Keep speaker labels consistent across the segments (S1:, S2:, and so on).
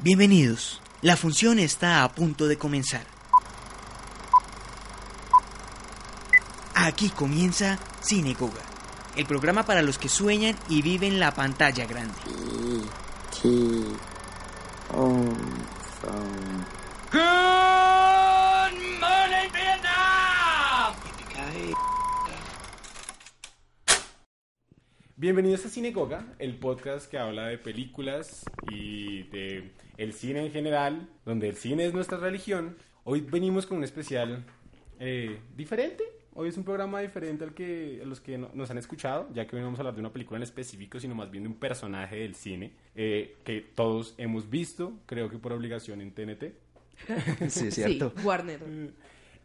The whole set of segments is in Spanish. S1: Bienvenidos. La función está a punto de comenzar. Aquí comienza Sinagoga, el programa para los que sueñan y viven la pantalla grande.
S2: Good morning, Vietnam!
S3: Bienvenidos a Cinegoga, el podcast que habla de películas y de el cine en general, donde el cine es nuestra religión. Hoy venimos con un especial eh, diferente. Hoy es un programa diferente al que a los que no- nos han escuchado, ya que hoy no vamos a hablar de una película en específico, sino más bien de un personaje del cine eh, que todos hemos visto, creo que por obligación en TNT.
S4: Sí, es cierto.
S5: Sí, Warner.
S3: Mm.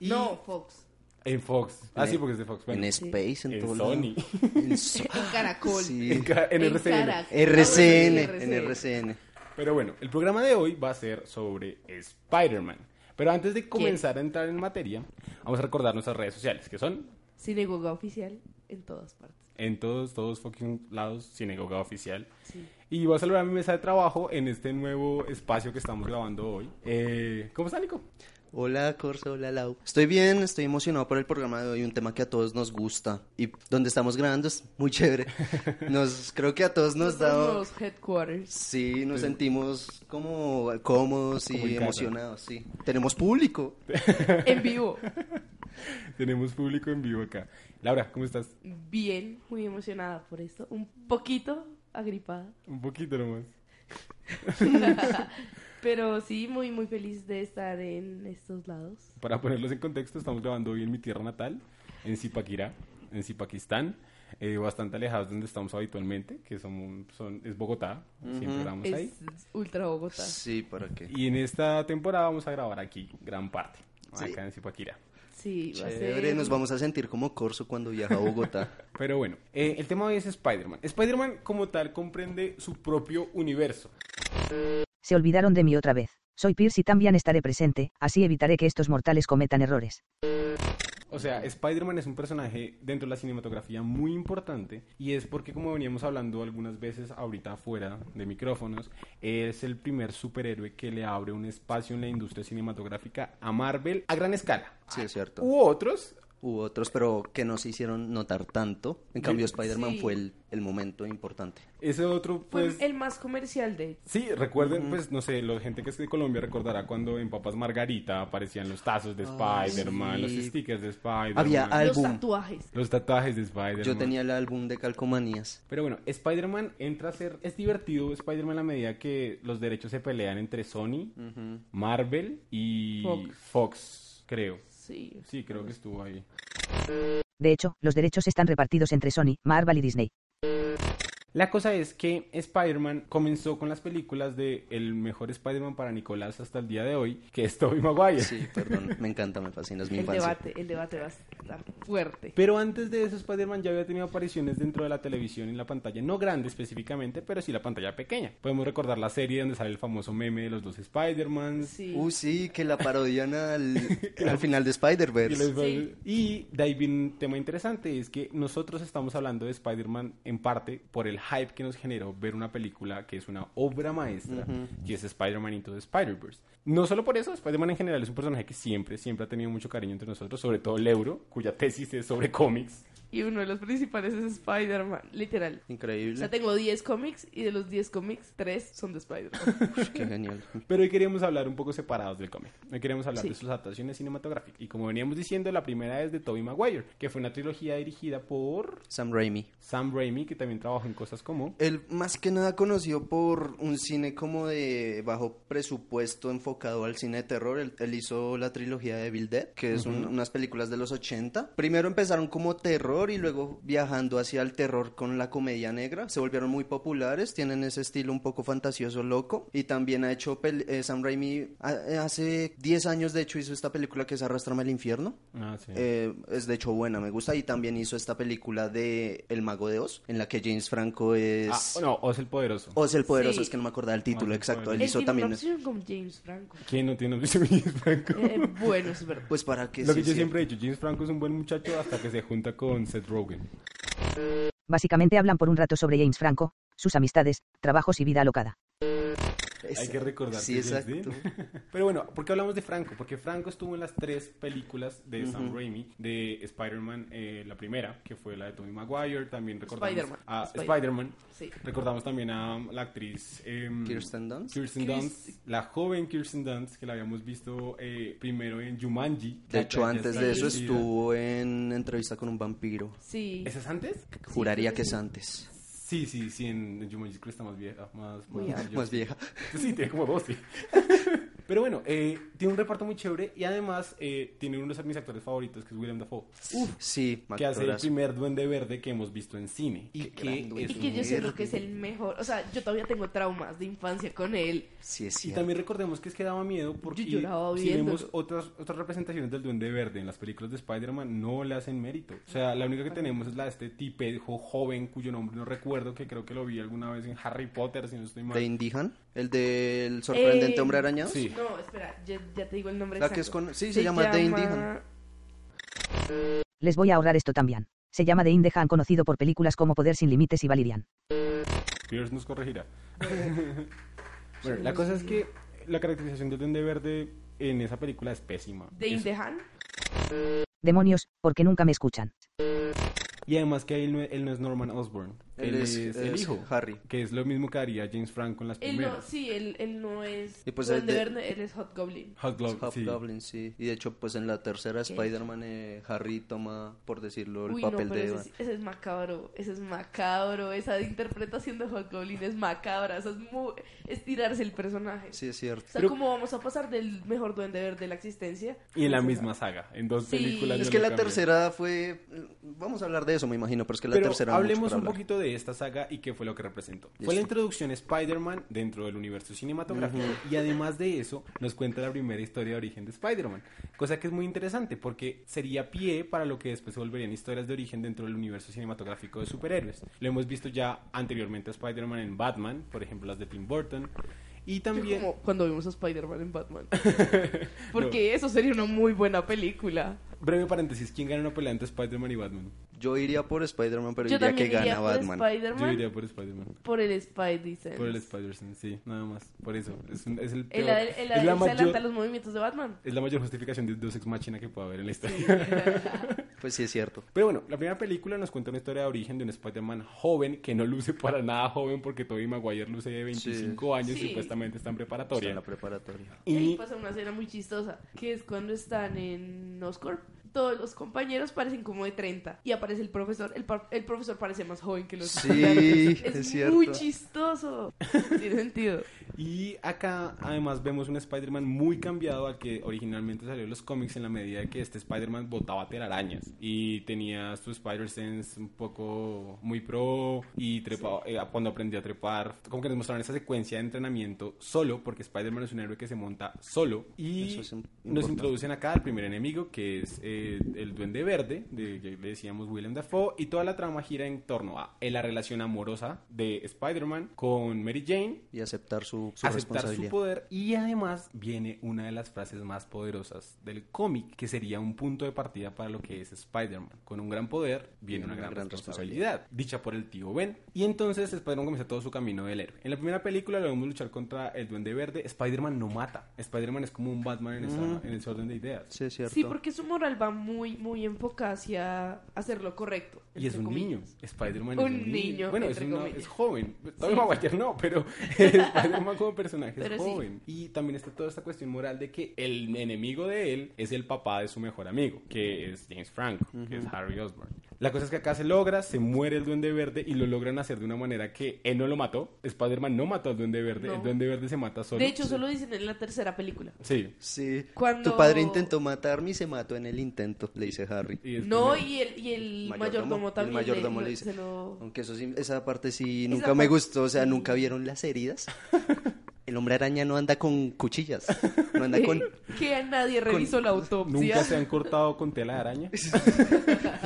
S3: Y
S5: No, Fox.
S3: en Fox. Ah,
S4: En-
S3: sí, porque es de Fox. bueno.
S4: En Space, en,
S3: En
S4: todo
S3: Sony.
S4: En so-
S5: En Caracol.
S4: Sí.
S3: En, ca- en
S5: En
S3: RCN.
S5: Caracol.
S4: RCN,
S5: Ah, bueno,
S4: en RCN.
S3: Pero bueno, el programa de hoy va a ser sobre Spider-Man. Pero antes de comenzar a entrar en materia, vamos a recordar nuestras redes sociales, que son
S5: Sinagoga oficial en todas partes.
S3: en todos, todos fucking lados, Sinagoga Oficial.
S5: Sí.
S3: Y voy a saludar a mi mesa de trabajo en este nuevo espacio que estamos grabando hoy. Eh, ¿Cómo está, Nico?
S4: Hola, Corso, hola, Lau. Estoy bien, estoy emocionado por el programa de hoy, un tema que a todos nos gusta. Y donde estamos grabando es muy chévere. Nos, creo que a todos nos
S5: Nosotros
S4: da...
S5: los headquarters.
S4: Sí, nos sentimos como cómodos
S3: Como en
S4: y
S3: casa.
S4: emocionados, sí. Tenemos público.
S5: En vivo.
S3: Tenemos público en vivo acá. Laura, ¿cómo estás?
S5: Bien, muy emocionada por esto. Un poquito agripada.
S3: Un poquito nomás.
S5: Pero sí, muy, muy feliz de estar en estos lados.
S3: Para ponerlos en contexto, estamos grabando hoy en mi tierra natal, en Zipaquirá, en Zipakistán, eh, bastante alejados de donde estamos habitualmente, que son, son- es Bogotá, siempre grabamos ahí.
S5: Es ultra Bogotá.
S4: Sí, ¿para qué?
S3: Y en esta temporada vamos a grabar aquí, gran parte,
S4: Sí.
S3: acá en Zipaquirá.
S5: Sí, va a
S4: Chévere,
S5: ser-
S4: nos vamos a sentir como Corso cuando viaja a Bogotá.
S3: Pero bueno, eh, el tema hoy es Spider-Man. Spider-Man como tal comprende su propio universo.
S6: Se olvidaron de mí otra vez. Soy Pierce y también estaré presente, así evitaré que estos mortales cometan errores.
S3: O sea, Spider-Man es un personaje dentro de la cinematografía muy importante y es porque como veníamos hablando algunas veces ahorita fuera de micrófonos, es el primer superhéroe que le abre un espacio en la industria cinematográfica a Marvel a gran escala.
S4: Sí, es cierto.
S3: Hubo otros,
S4: Hubo otros, pero que no se hicieron notar tanto. En cambio, Spider-Man
S5: Sí.
S4: fue el, el momento importante.
S3: ese otro
S5: Fue
S3: pues...
S5: el más comercial de
S3: Sí, recuerden, pues, no sé, la gente que es de Colombia recordará cuando en Papas Margarita aparecían los tazos de
S4: Ay,
S3: Spider-Man,
S4: sí.
S3: los stickers de Spider-Man.
S4: Había
S5: los
S4: álbum.
S5: tatuajes.
S3: Los tatuajes de Spider-Man.
S4: Yo tenía el álbum de calcomanías.
S3: Pero bueno, Spider-Man entra a ser... Es divertido Spider-Man a medida que los derechos se pelean entre Sony, Marvel y
S5: Fox.
S3: Fox, creo.
S5: Sí.
S3: Sí, creo que estuvo ahí.
S6: De hecho, los derechos están repartidos entre Sony, Marvel y Disney.
S3: La cosa es que Spider-Man comenzó con las películas de El mejor Spider-Man para Nicolás hasta el día de hoy, que es Tobey Maguire.
S4: Sí, perdón, me encanta, me fascina, es mi
S5: El
S4: infancia.
S5: debate, el debate va a estar fuerte.
S3: Pero antes de eso, Spider-Man ya había tenido apariciones dentro de la televisión en la pantalla, no grande específicamente, pero sí la pantalla pequeña. Podemos recordar la serie donde sale el famoso meme de los dos Spider-Mans.
S5: Sí.
S4: Uh, sí, que la parodian al, al final de Spider-Verse.
S3: Y, los- y de ahí viene un tema interesante, es que nosotros estamos hablando de Spider-Man en parte por el hype que nos generó ver una película que es una obra maestra, que es Spider-Man Into the Spider-Verse. No solo por eso, Spider-Man en general es un personaje que siempre, siempre ha tenido mucho cariño entre nosotros, sobre todo el Euro, cuya tesis es sobre cómics.
S5: Y uno de los principales es Spider-Man, literal. O sea,
S4: Increíble.
S5: tengo 10 cómics y de los 10 cómics, 3 son de Spider-Man.
S4: Ush, Qué genial.
S3: Pero hoy queríamos hablar un poco separados del cómic. Hoy queríamos hablar
S5: Sí.
S3: de sus adaptaciones cinematográficas. Y como veníamos diciendo, la primera es de Tobey Maguire, que fue una trilogía dirigida por
S4: Sam Raimi.
S3: Sam Raimi, que también trabajó en cosas como...
S4: Él más que nada conocido por un cine como de bajo presupuesto enfocado al cine de terror. Él, él hizo la trilogía de Evil Dead, que es un- unas películas de los 80. Primero empezaron como terror y luego viajando hacia el terror con la comedia negra. Se volvieron muy populares, tienen ese estilo un poco fantasioso, loco. Y también ha hecho, pel- eh, Sam Raimi ha- eh, hace 10 años de hecho hizo esta película que es Arrastrame al Infierno.
S3: Ah, sí.
S4: Eh, es de hecho buena, me gusta. Y también hizo esta película de El Mago de Oz, en la que James Franco es...
S3: Ah, no, Oz el Poderoso.
S4: O es el poderoso,
S5: Sí.
S4: es que no me acordaba el título
S3: Ah,
S4: exacto.
S3: el
S4: Él
S5: Él
S4: hizo
S5: tiene
S4: también.
S5: una obsesión con James Franco.
S3: ¿Quién no tiene obsesión con James Franco?
S5: Eh, bueno, es verdad.
S4: Pues para que
S3: Lo que
S4: sí,
S3: yo
S4: sí.
S3: siempre he dicho, James Franco es un buen muchacho hasta que se junta con Seth Rogen.
S6: Básicamente hablan por un rato sobre James Franco, sus amistades, trabajos y vida alocada.
S3: Hay que recordar
S4: Sí,
S3: que James
S4: exacto.
S3: Dean. Pero bueno, ¿por qué hablamos de Franco? Porque Franco estuvo en las tres películas de Sam Raimi, de Spider-Man, eh, la primera, que fue la de Tobey Maguire, también recordamos
S5: Spider-Man.
S3: a
S5: Spider-
S3: Spider-Man.
S5: Sí.
S3: Recordamos también a la actriz em,
S4: Kirsten Dunst.
S3: Kirsten Dunst, la joven Kirsten Dunst, que la habíamos visto eh, primero en Jumanji.
S4: De hecho,
S3: Ya
S4: antes
S3: está
S4: de eso
S3: crecida.
S4: estuvo en entrevista con un vampiro.
S5: Sí.
S3: ¿Esa es antes?
S4: Juraría
S5: creo
S4: que
S5: que
S4: es
S5: sí.
S4: antes.
S3: Sí, sí, sí, en Jumanji creo que está más vieja, más,
S5: Muy
S3: más,
S4: Más vieja.
S3: Ah, Sí, tiene como 12. Pero bueno, eh, tiene un reparto muy chévere y además eh, tiene uno de mis actores favoritos, que es William Dafoe,
S4: sí,
S3: que hace el
S4: actorazo.
S3: primer Duende Verde que hemos visto en cine. Y
S4: Qué gran
S3: que
S4: duende.
S3: es
S5: Y que yo
S4: Verde.
S5: siento que es el mejor. O sea, yo todavía tengo traumas de infancia con él.
S4: Sí, es
S3: Y
S4: cierto.
S3: también recordemos que es que daba miedo porque
S5: Yo lloraba
S3: si
S5: viéndolo.
S3: vemos otras, otras representaciones del Duende Verde en las películas de Spider-Man, no le hacen mérito. O sea, la única que tenemos es la de este tipejo joven cuyo nombre no recuerdo, que creo que lo vi alguna vez en Harry Potter, si no estoy mal.
S4: ¿De Indihan? ¿El del sorprendente
S5: Eh,
S4: hombre arañado?
S3: Sí.
S5: No, espera, ya, ya te digo el nombre
S4: La
S5: exacto.
S4: que es con- sí, se llama The Indian.
S6: Les voy a ahorrar esto también. Se llama The Indehan, conocido por películas como Poder sin Límites y Valirian.
S3: Pierce nos corregirá. bueno, la cosa es que la caracterización del Duende Verde en esa película es pésima.
S5: The
S3: Es-
S5: Indehan.
S6: Demonios, porque nunca me escuchan.
S3: Y además que él no, él no es Norman Osborn. Él, es, el
S4: es
S3: hijo.
S4: Harry.
S3: Que es lo mismo que haría James Franco en las
S5: Él no,
S3: primeras.
S5: sí, él, él no es.
S4: Y pues
S5: Duende
S4: el de-
S5: Verde, él es Hot Goblin.
S3: Hot Glove, sí.
S4: Hobgoblin, sí. Y de hecho, pues en la tercera Spider-Man, eh, Harry toma, por decirlo, el
S5: Uy,
S4: papel
S5: no, pero
S4: de
S5: ese, es- ese es macabro, ese es macabro, esa interpretación de Hot Goblin es macabra, eso es muy estirarse el personaje.
S4: Sí, es cierto.
S5: O sea,
S3: Pero-
S5: ¿cómo vamos a pasar del mejor duende verde de la existencia?
S3: Y en la
S5: Vamos a-
S3: misma saga, en dos
S5: Sí.
S3: películas.
S4: Es
S3: no
S4: que
S3: lo
S4: la
S3: cambian.
S4: tercera fue... mm, Vamos a hablar de eso, me imagino, pero es que la
S3: Pero
S4: tercera... no mucho
S3: hablemos
S4: para
S3: un
S4: hablar.
S3: poquito de esta saga y qué fue lo que representó. Fue la
S4: Listo.
S3: introducción a Spider-Man dentro del universo cinematográfico y además de eso nos cuenta la primera historia de origen de Spider-Man, cosa que es muy interesante porque sería pie para lo que después se volverían historias de origen dentro del universo cinematográfico de superhéroes. Lo hemos visto ya anteriormente a Spider-Man en Batman, por ejemplo las de Tim Burton, y
S5: Yo
S3: también...
S5: como cuando vimos a Spider-Man en Batman. Porque eso sería una muy buena película.
S3: Breve paréntesis, ¿quién gana una pelea entre Spider-Man y Batman?
S4: Yo iría por Spider-Man, pero
S5: Yo
S4: diría que
S5: también
S4: gana
S5: iría por
S4: Batman.
S3: Yo
S5: Spider-Man
S3: iría por Spider-Man.
S5: por el Spidey sense.
S3: Por el Spider-Man, sí, nada más. Por eso. Es, un- es el
S5: El
S3: peor-
S5: adel- el
S3: es
S5: adel-
S3: la
S5: se adelanta
S3: mayor-
S5: los movimientos de Batman.
S3: Es la mayor justificación de dos ex machina que pueda haber en la historia.
S4: Pues sí, es cierto.
S3: Pero bueno, la primera película nos cuenta una historia de origen de un Spider-Man joven que no luce para nada joven porque Tobey Maguire luce de 25 años
S5: Sí.
S3: y supuestamente está en
S4: Está en
S3: preparatoria.
S4: la preparatoria.
S5: Y ahí
S3: Y
S5: pasa una escena muy chistosa, que es cuando están en Oscorp. Todos los compañeros parecen como de 30 y aparece el profesor. El, par- el profesor parece más joven que los
S4: Sí,
S5: estudiantes.
S4: es
S5: es
S4: cierto.
S5: muy chistoso. Tiene sentido.
S3: Y acá además vemos un Spider-Man muy cambiado al que originalmente salió en los cómics en la medida de que este Spider-Man botaba telarañas y tenía su Spider-Sense un poco muy pro y trepaba, eh, cuando aprendió a trepar, como que nos mostraron esa secuencia de entrenamiento solo porque Spider-Man es un héroe que se monta solo y
S4: Eso es im-
S3: nos
S4: importante.
S3: introducen acá al primer enemigo que es eh, el duende verde, de que le decíamos Willem Dafoe y toda la trama gira en torno a eh, la relación amorosa de Spider-Man con Mary Jane
S4: Y aceptar su, su
S3: aceptar su
S4: responsabilidad.
S3: poder y además viene una de las frases más poderosas del cómic que sería un punto de partida para lo que es Spider-Man. Con un gran poder viene una, gran, responsabilidad, dicha por el tío Ben. Y entonces Spider-Man comienza todo su camino del héroe. En la primera película lo vemos luchar contra el duende verde. Spider-Man no mata. Spider-Man es como un Batman en, esa- en ese orden de ideas.
S4: Sí, es cierto.
S5: Sí, porque su moral va muy, muy enfocada hacia hacer lo correcto.
S3: Y es
S5: entre
S3: un
S5: comillas.
S3: niño. Spider-Man
S5: Un
S3: es un niño.
S5: niño,
S3: Bueno, es,
S5: entre
S3: una-
S5: comillas.
S3: es joven. Tobey Maguire no, pero Spider-Man como personaje es
S5: Pero sí.
S3: joven. Y también está toda esta cuestión moral de que el enemigo de él es el papá de su mejor amigo, que es James Franco, que es Harry Osborn. La cosa es que acá se logra, se muere el Duende Verde y lo logran hacer de una manera que él no lo mató. Spider-Man no mató al Duende Verde,
S5: No.
S3: el Duende Verde se mata solo.
S5: De hecho, solo dicen en la tercera película.
S3: Sí.
S4: Sí.
S5: Cuando-
S4: Tu padre intentó matarme y se mató en el intento, le dice Harry.
S3: Y después-
S5: No, y el, y el mayordomo, también.
S4: El mayordomo
S5: le-
S4: le
S5: lo-
S4: dice.
S5: se lo-
S4: Aunque eso sí, esa parte sí
S5: Esa
S4: nunca me
S5: parte-
S4: gustó, o sea, nunca vieron las heridas. El hombre araña no anda con cuchillas, no anda con...
S5: que a nadie revisó la autopsia.
S3: Nunca se han cortado con tela de araña.
S4: Es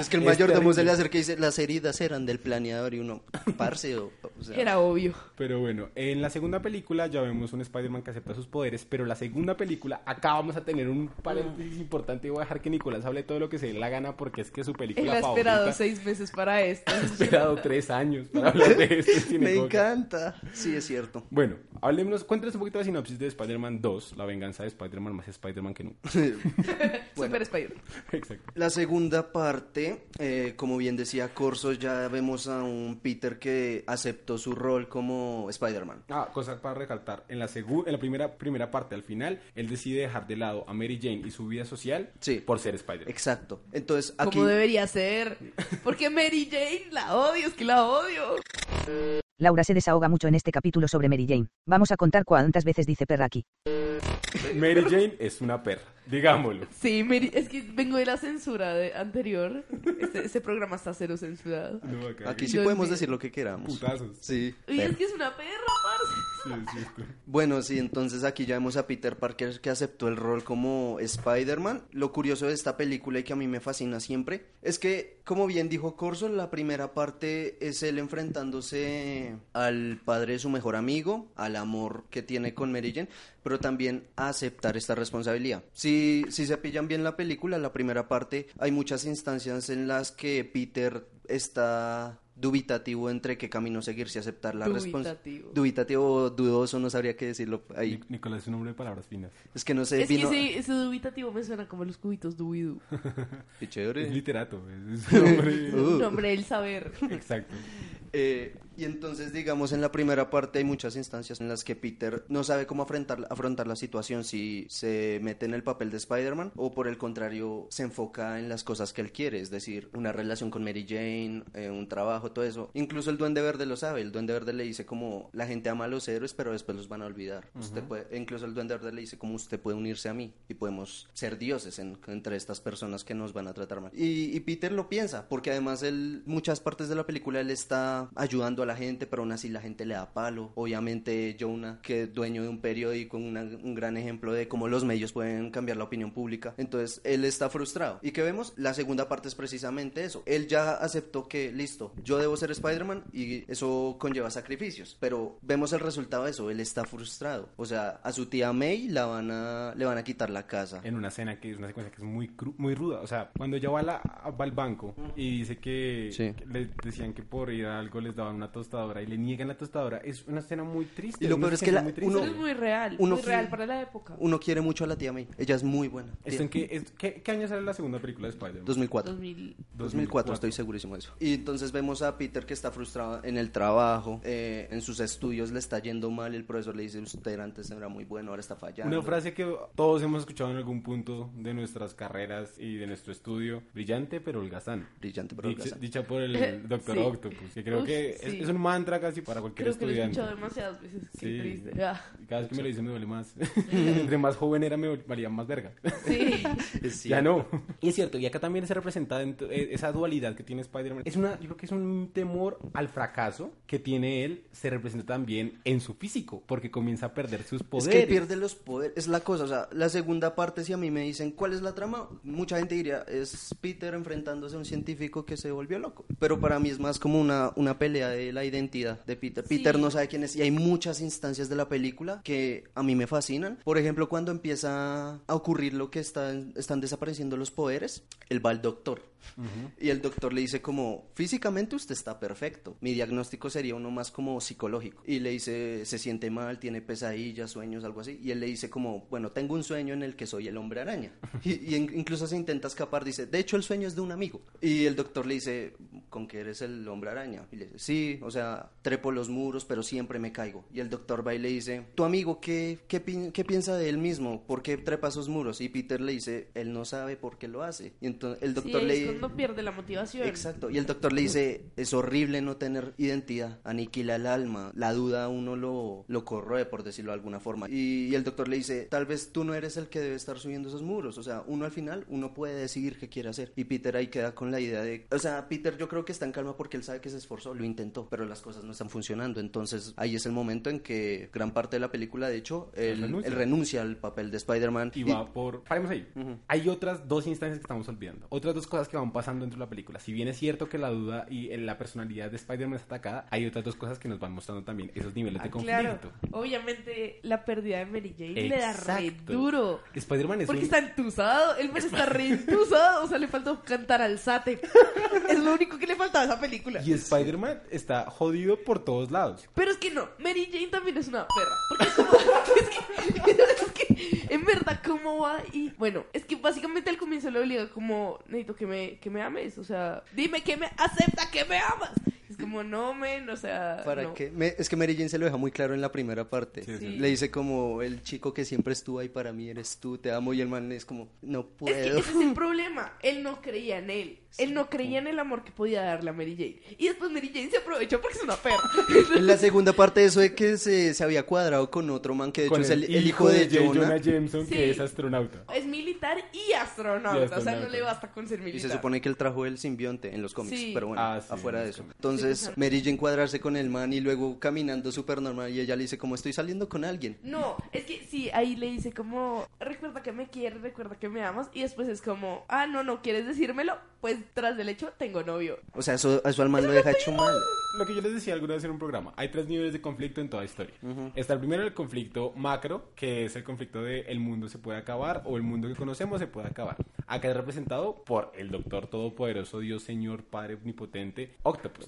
S4: que el
S3: Es
S4: mayordomo se
S3: terrible.
S4: le acerca y dice, las heridas eran del planeador y uno, parce, o- O sea,
S5: Era obvio.
S3: Pero bueno, en la segunda película ya vemos un Spider-Man que acepta sus poderes, pero la segunda película, acá vamos a tener un paréntesis importante y voy a dejar que Nicolás hable todo lo que se dé la gana porque es que su
S5: Él
S3: película
S5: ha
S3: favorita...
S5: esperado seis meses para esto.
S3: Ha esperado tres años para hablar de esto. en
S4: me
S3: Cinecoca.
S4: encanta. Sí, es cierto.
S3: Bueno, hablemos, cuéntanos un poquito de la sinopsis de Spider-Man 2, la venganza de Spider-Man más Spider-Man que nunca.
S4: Bueno.
S5: Super Spider.
S3: Exacto.
S4: La segunda parte, eh, como bien decía Corso, ya vemos a un Peter que aceptó su rol como Spider-Man.
S3: Ah, cosa para recalcar, en la segu- en la primera, primera parte, al final, él decide dejar de lado a Mary Jane y su vida social
S4: Sí.
S3: por ser Spider-Man.
S4: Exacto. Entonces, aquí...
S5: Como debería ser. Porque Mary Jane la odio, es que la odio.
S6: Laura se desahoga mucho en este capítulo sobre Mary Jane. Vamos a contar cuántas veces dice perra aquí.
S3: Mary Jane es una perra, digámoslo.
S5: Sí, Mary, es que vengo de la censura de anterior. Este, este programa está cero censurado.
S3: No, acá-
S4: Aquí sí
S5: Dios
S4: podemos
S5: mío.
S4: decir lo que queramos.
S3: Putazos.
S4: Sí.
S5: Uy, es que es una perra, parce.
S3: Sí, es cierto.
S4: Bueno, sí, entonces aquí ya vemos a Peter Parker que aceptó el rol como Spider-Man. Lo curioso de esta película y que a mí me fascina siempre es que, como bien dijo Corso, la primera parte es él enfrentándose al padre de su mejor amigo, al amor que tiene con Mary Jane, pero también a aceptar esta responsabilidad. Si, si se pillan bien la película, la primera parte, hay muchas instancias en las que Peter está dubitativo entre qué camino seguir, si aceptar la
S5: Dubitativo.
S4: responsabilidad dubitativo, dudoso, no sabría qué decirlo ahí.
S3: Nic- Nicolás es un hombre de palabras finas.
S4: Es que no sé,
S5: Es que
S4: vino...
S5: ese, ese dubitativo me suena como los cubitos dubidu.
S4: Qué
S3: Es
S4: chévere.
S3: literato. Es, es un hombre...
S4: Uh.
S5: Nombre del saber.
S3: Exacto.
S4: Eh, y entonces, digamos, en la primera parte hay muchas instancias en las que Peter no sabe cómo afrontar, afrontar la situación, si se mete en el papel de Spider-Man o por el contrario se enfoca en las cosas que él quiere, es decir, una relación con Mary Jane, eh, un trabajo, todo eso. Incluso el Duende Verde lo sabe, el Duende Verde le dice como la gente ama a los héroes, pero después los van a olvidar. Usted puede, incluso el Duende Verde le dice como usted puede unirse a mí y podemos ser dioses en- entre estas personas que nos van a tratar mal. Y, y Peter lo piensa, porque además él, muchas partes de la película él está ayudando a la gente, pero aún así la gente le da palo. Obviamente Jonah, que es dueño de un periódico, una- un gran ejemplo de cómo los medios pueden cambiar la opinión pública. Entonces él está frustrado. ¿Y qué vemos? La segunda parte es precisamente eso. Él ya aceptó que, listo, yo debo ser Spider-Man y eso conlleva sacrificios. Pero vemos el resultado de eso. Él está frustrado. O sea, a su tía May la van a, le van a quitar la casa.
S3: en una escena que es una secuencia que es muy cru- muy ruda. O sea, cuando ella va, a la- va al banco y dice que,
S4: Sí.
S3: que le decían que por ir a algo les daban una tostadora y le niegan la tostadora, es una escena muy triste.
S4: Y lo
S3: una
S4: peor es que
S3: escena
S4: la-
S3: muy triste.
S4: uno-
S5: Eso es muy real.
S4: Uno
S5: muy
S4: fue-
S5: real para la época.
S4: Uno quiere mucho a la tía May. Ella es muy buena.
S3: ¿Esto en qué, es- qué, qué año sale la segunda película de Spider-Man?
S4: 2004.
S5: 2000.
S4: 2004, estoy segurísimo de eso. Y entonces vemos a Peter que está frustrado en el trabajo, eh, en sus estudios le está yendo mal, el profesor le dice, usted antes era muy bueno, ahora está fallando.
S3: Una frase que todos hemos escuchado en algún punto de nuestras carreras y de nuestro estudio, brillante pero holgazán.
S4: Brillante, pero
S3: Dicha,
S4: holgazán.
S3: dicha por el doctor
S5: Sí.
S3: Octopus, que creo
S5: Uf,
S3: que es,
S5: sí.
S3: es un mantra casi para cualquier
S5: Creo que lo he
S3: estudiante.
S5: escuchado demasiadas veces. Qué
S3: Sí.
S5: triste. Ah,
S3: Cada vez que me lo dicen me duele más. Entre más joven era me valía más verga.
S5: sí.
S4: Es
S3: Ya
S4: cierto.
S3: no. Y es cierto, y acá también se representa dentro- eh, esa dualidad que tiene Spider-Man. Es una, yo creo que es un temor al fracaso que tiene él, se representa también en su físico, porque comienza a perder sus
S4: Es
S3: poderes.
S4: que él pierde los poderes, es la cosa, o sea, la segunda parte si a mí me dicen cuál es la trama, mucha gente diría, es Peter enfrentándose a un científico que se volvió loco, pero para mí es más como una, una pelea de la identidad de Peter.
S5: Sí.
S4: Peter no sabe quién es y hay muchas instancias de la película que a mí me fascinan. Por ejemplo, cuando empieza a ocurrir lo que están, están desapareciendo los poderes, él va al doctor. Y el doctor le dice como, físicamente usted está perfecto. Mi diagnóstico sería uno más como psicológico. Y le dice, se siente mal, tiene pesadillas, sueños, algo así. Y él le dice como, bueno, tengo un sueño en el que soy el hombre araña. Y, y in- incluso se intenta escapar, dice, de hecho el sueño es de un amigo. Y el doctor le dice, ¿con que eres el hombre araña? Y le dice, sí, o sea, trepo los muros, pero siempre me caigo. Y el doctor va y le dice, ¿tu amigo qué, qué, pi- qué piensa de él mismo? ¿Por qué trepa esos muros? Y Peter le dice, él no sabe por qué lo hace. Y entonces el
S5: Sí,
S4: doctor
S5: ahí
S4: le
S5: es cuando pierde la motivación.
S4: Exacto. Y el doctor le dice, es horrible no tener identidad, aniquila el alma, la duda a uno lo, lo corroe, por decirlo de alguna forma. Y, y el doctor le dice, tal vez tú no eres el que debe estar subiendo esos muros. O sea, uno al final, uno puede decidir qué quiere hacer. Y Peter ahí queda con la idea de, o sea, Peter yo creo que está en calma porque él sabe que se esforzó, lo intentó, pero las cosas no están funcionando. Entonces ahí es el momento en que gran parte de la película, de hecho, él él renuncia,
S3: renuncia.
S4: al papel de Spider-Man.
S3: Y va por... Paremos ahí. Hay otras dos instancias que estamos olvidando. Otras dos cosas que que van pasando dentro de la película. Si bien es cierto que la duda y eh, la personalidad de Spider-Man es atacada, hay otras dos cosas que nos van mostrando también esos niveles de
S5: Ah,
S3: conflicto.
S5: claro, obviamente la pérdida de Mary Jane le da re
S3: Exacto.
S5: duro.
S3: Spider-Man es
S5: Porque
S3: un-
S5: está entusado, el man está re entusado, o sea, le faltó cantar al sate. es lo único que le faltaba a esa película.
S3: Y Spider-Man está jodido por todos lados.
S5: Pero es que no, Mary Jane también es una perra. Porque es como. es, que, es que, en verdad, ¿cómo va? Y bueno, es que básicamente al comienzo le obliga como: Necesito que me, que me ames. O sea, dime que me. Acepta que me amas. Es como, no, men, o sea.
S4: ¿Para
S5: no.
S4: qué? Me- es que Mary Jane se lo deja muy claro en la primera parte.
S3: Sí,
S5: sí.
S4: Le dice como, el chico que siempre estuvo ahí para mí eres tú, te amo. Y el man es como, no
S5: Es que
S4: puedo.
S5: ese es el problema. Él no creía en él. Él no creía en el amor que podía darle a Mary Jane. Y después Mary Jane se aprovechó porque es una perra.
S4: En la segunda parte de eso es que se, se había cuadrado con otro man que de
S3: Con
S4: hecho es el, el hijo de,
S3: J.
S4: Jonah.
S3: Jonah Jameson,
S5: Sí.
S3: que es astronauta.
S5: es militar y astronauta.
S3: Y
S5: O sea, no
S3: astronauta.
S5: le basta con ser militar.
S4: Y se supone que él trajo el simbionte en los cómics,
S5: Sí.
S4: pero bueno,
S3: Ah, sí,
S4: afuera
S3: en
S4: de
S3: los
S4: eso.
S3: cómics.
S4: Entonces, Mary Jane cuadrarse con el man y luego caminando súper normal y ella le dice como estoy saliendo con alguien.
S5: No, es que sí, ahí le dice como, recuerda que me quieres, recuerda que me amas, y después es como, ah, no, no quieres decírmelo, pues tras del hecho tengo novio.
S4: O sea, eso, eso al man lo deja hecho mal.
S3: Lo que yo les decía alguna vez en un programa, hay tres niveles de conflicto en toda historia. Está el primero, el conflicto macro, que es el conflicto de el mundo se puede acabar o el mundo que conocemos se puede acabar. Acá es representado por el Doctor Todopoderoso, Dios, Señor, Padre Omnipotente, Octopus.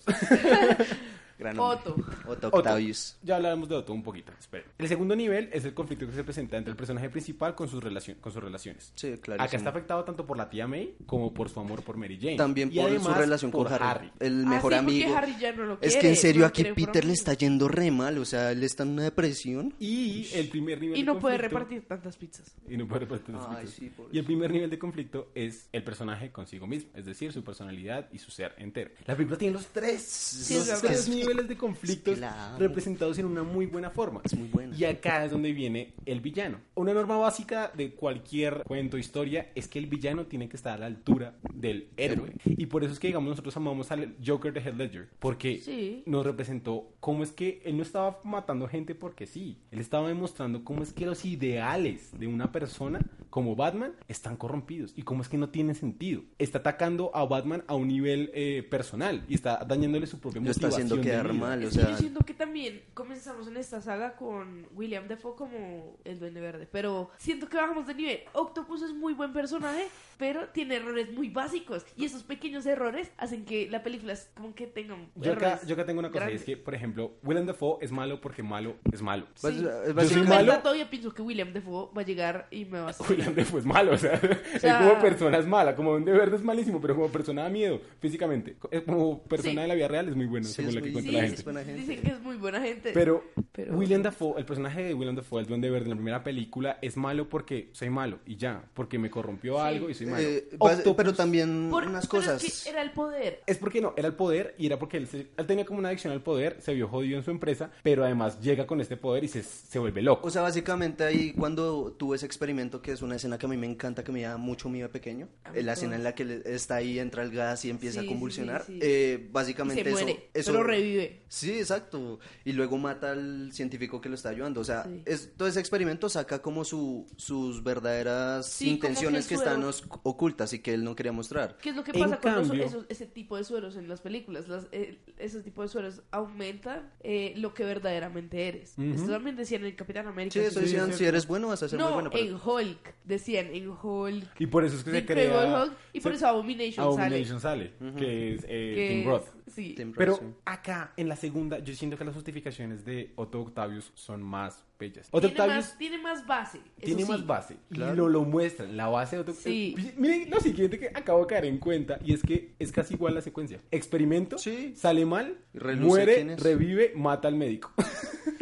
S4: Gran
S5: Otto.
S4: hombre. Otto
S3: Otto.
S4: Octavius.
S3: Ya hablaremos de Otto un poquito. esperen. El segundo nivel es el conflicto que se presenta entre el personaje principal con sus, relacion- con sus relaciones.
S4: Sí, claro.
S3: Acá está afectado tanto por la tía May como por su amor por Mary Jane.
S4: También
S3: Y
S4: por su
S3: además
S4: relación
S3: por
S4: con Harry, el mejor
S5: Ah, sí, porque
S4: amigo.
S5: Harry ya no lo
S4: es
S5: quiere,
S4: que en serio
S5: no
S4: aquí
S5: quiere
S4: Peter le
S5: prometer.
S4: está yendo re mal, o sea, él está en una depresión.
S3: Y el primer nivel
S5: Y
S3: de
S5: no puede
S3: conflicto-
S5: repartir tantas pizzas.
S3: Y no puede repartir los
S4: Ay,
S3: conflictos.
S4: sí, pobrecito.
S3: Y el primer nivel de conflicto es el personaje consigo mismo, es decir, su personalidad y su ser entero. La película tiene los tres,
S5: es
S3: los
S5: verdad.
S3: tres niveles de conflictos
S4: es que la amo.
S3: representados en una muy buena forma.
S4: Es muy buena.
S3: Y acá es donde viene el villano. Una norma básica de cualquier cuento, historia, es que el villano tiene que estar a la altura del héroe. Y por eso es que, digamos, nosotros amamos al Joker de Heath Ledger, porque
S5: Sí.
S3: nos representó cómo es que él no estaba matando gente porque sí, él estaba demostrando cómo es que los ideales de una persona como Batman están corrompidos y cómo es que no tienen sentido. Está atacando a Batman a un nivel eh, personal y está dañándole su propia
S4: Lo está
S3: motivación.
S4: haciendo
S3: de
S4: quedar
S3: vida.
S4: mal, o
S5: Es que
S4: sea,
S5: yo siento que también comenzamos en esta saga con William Defoe como el Duende Verde, pero siento que bajamos de nivel. Octopus es muy buen personaje, pero tiene errores muy básicos y esos pequeños errores hacen que la película es como que tenga
S3: Yo acá,
S5: errores
S3: yo acá tengo una cosa, y es
S5: grandes.
S3: que, por ejemplo, Willem Dafoe es malo porque malo es malo.
S4: Bas- eh,
S5: Sí.
S3: Yo soy
S5: En
S4: básicamente-
S3: malo.
S5: verdad todavía pienso que William Defoe va a llegar y me va a hacer-
S3: Willem Dafoe es malo, o sea,
S5: sea-
S3: él como persona es mala, como de verde es malísimo, pero como persona da miedo físicamente. Eh, Como persona
S5: Sí.
S3: de la vida real es muy bueno,
S4: Sí,
S3: según
S4: es
S3: lo que
S4: muy-
S3: cuenta
S5: Sí,
S3: la
S4: es
S3: gente.
S4: buena gente.
S5: dicen que es muy buena gente.
S3: Pero,
S5: Pero-
S3: William Dafoe, el personaje de William Dafoe, el duende verde en la primera película, es malo porque soy malo y ya, porque me corrompió
S5: Sí.
S3: algo y soy malo.
S4: Eh, bas-
S3: Octopus
S4: pero también
S5: Por-
S4: unas
S5: pero es
S4: cosas.
S5: que era el poder.
S3: es porque no, era el poder y era porque él, se- él tenía como una adicción al poder, se vio jodido en su empresa, pero además llega con este poder y se, se vuelve loco.
S4: O sea, básicamente ahí cuando tuve ese experimento, que es una escena que a mí me encanta, que me da mucho miedo de pequeño,
S5: A mí
S4: eh, la
S5: todo.
S4: escena en la que le- está ahí, entra el gas y empieza
S5: Sí,
S4: a
S5: sí,
S4: convulsionar,
S5: sí, sí.
S4: eh,
S5: Y
S4: básicamente
S5: se
S4: eso,
S5: muere,
S4: eso-
S5: pero revive.
S4: Sí, exacto. Y luego mata al científico que lo está ayudando. O sea,
S5: Sí.
S4: es- todo ese experimento saca como su, sus verdaderas
S5: Sí, como
S4: intenciones
S5: que
S4: que
S5: el
S4: están
S5: suero-
S4: os- ocultas y que él no quería mostrar.
S5: ¿Qué es lo que
S3: En
S5: pasa con los-
S3: cambio-
S5: esos- ese tipo de sueros en las películas? Las, eh, ese tipo de sueros aumentan eh, lo que verdaderamente eres. Esto también decían en Capitán América.
S4: Sí, eso
S5: sí.
S4: decían, si eres bueno vas a ser
S5: No,
S4: muy bueno. pero-
S5: en Hulk. Decían en Hulk.
S3: Y por eso es que se
S5: Incredible
S3: crea...
S5: Hulk, y por
S3: se-
S5: eso Abomination,
S3: Abomination sale, que es eh,
S5: sale.
S3: Tim
S5: que
S3: Roth.
S5: es- sí.
S4: Tim Roth,
S3: Pero
S4: sí.
S3: acá, en la segunda, yo siento que las justificaciones de Otto Octavius son más bellas. Otto
S5: Tiene,
S3: Octavius
S5: más, tiene más base. eso
S3: tiene
S5: sí.
S3: más base.
S4: Claro.
S3: Y lo, lo muestran, la base de otro...
S5: Sí.
S3: Eh, Miren lo siguiente que acabo de caer en cuenta y es que es casi igual la secuencia. Experimento,
S4: Sí.
S3: sale mal,
S4: Reluce quién
S3: muere,
S4: es.
S3: revive, mata al médico.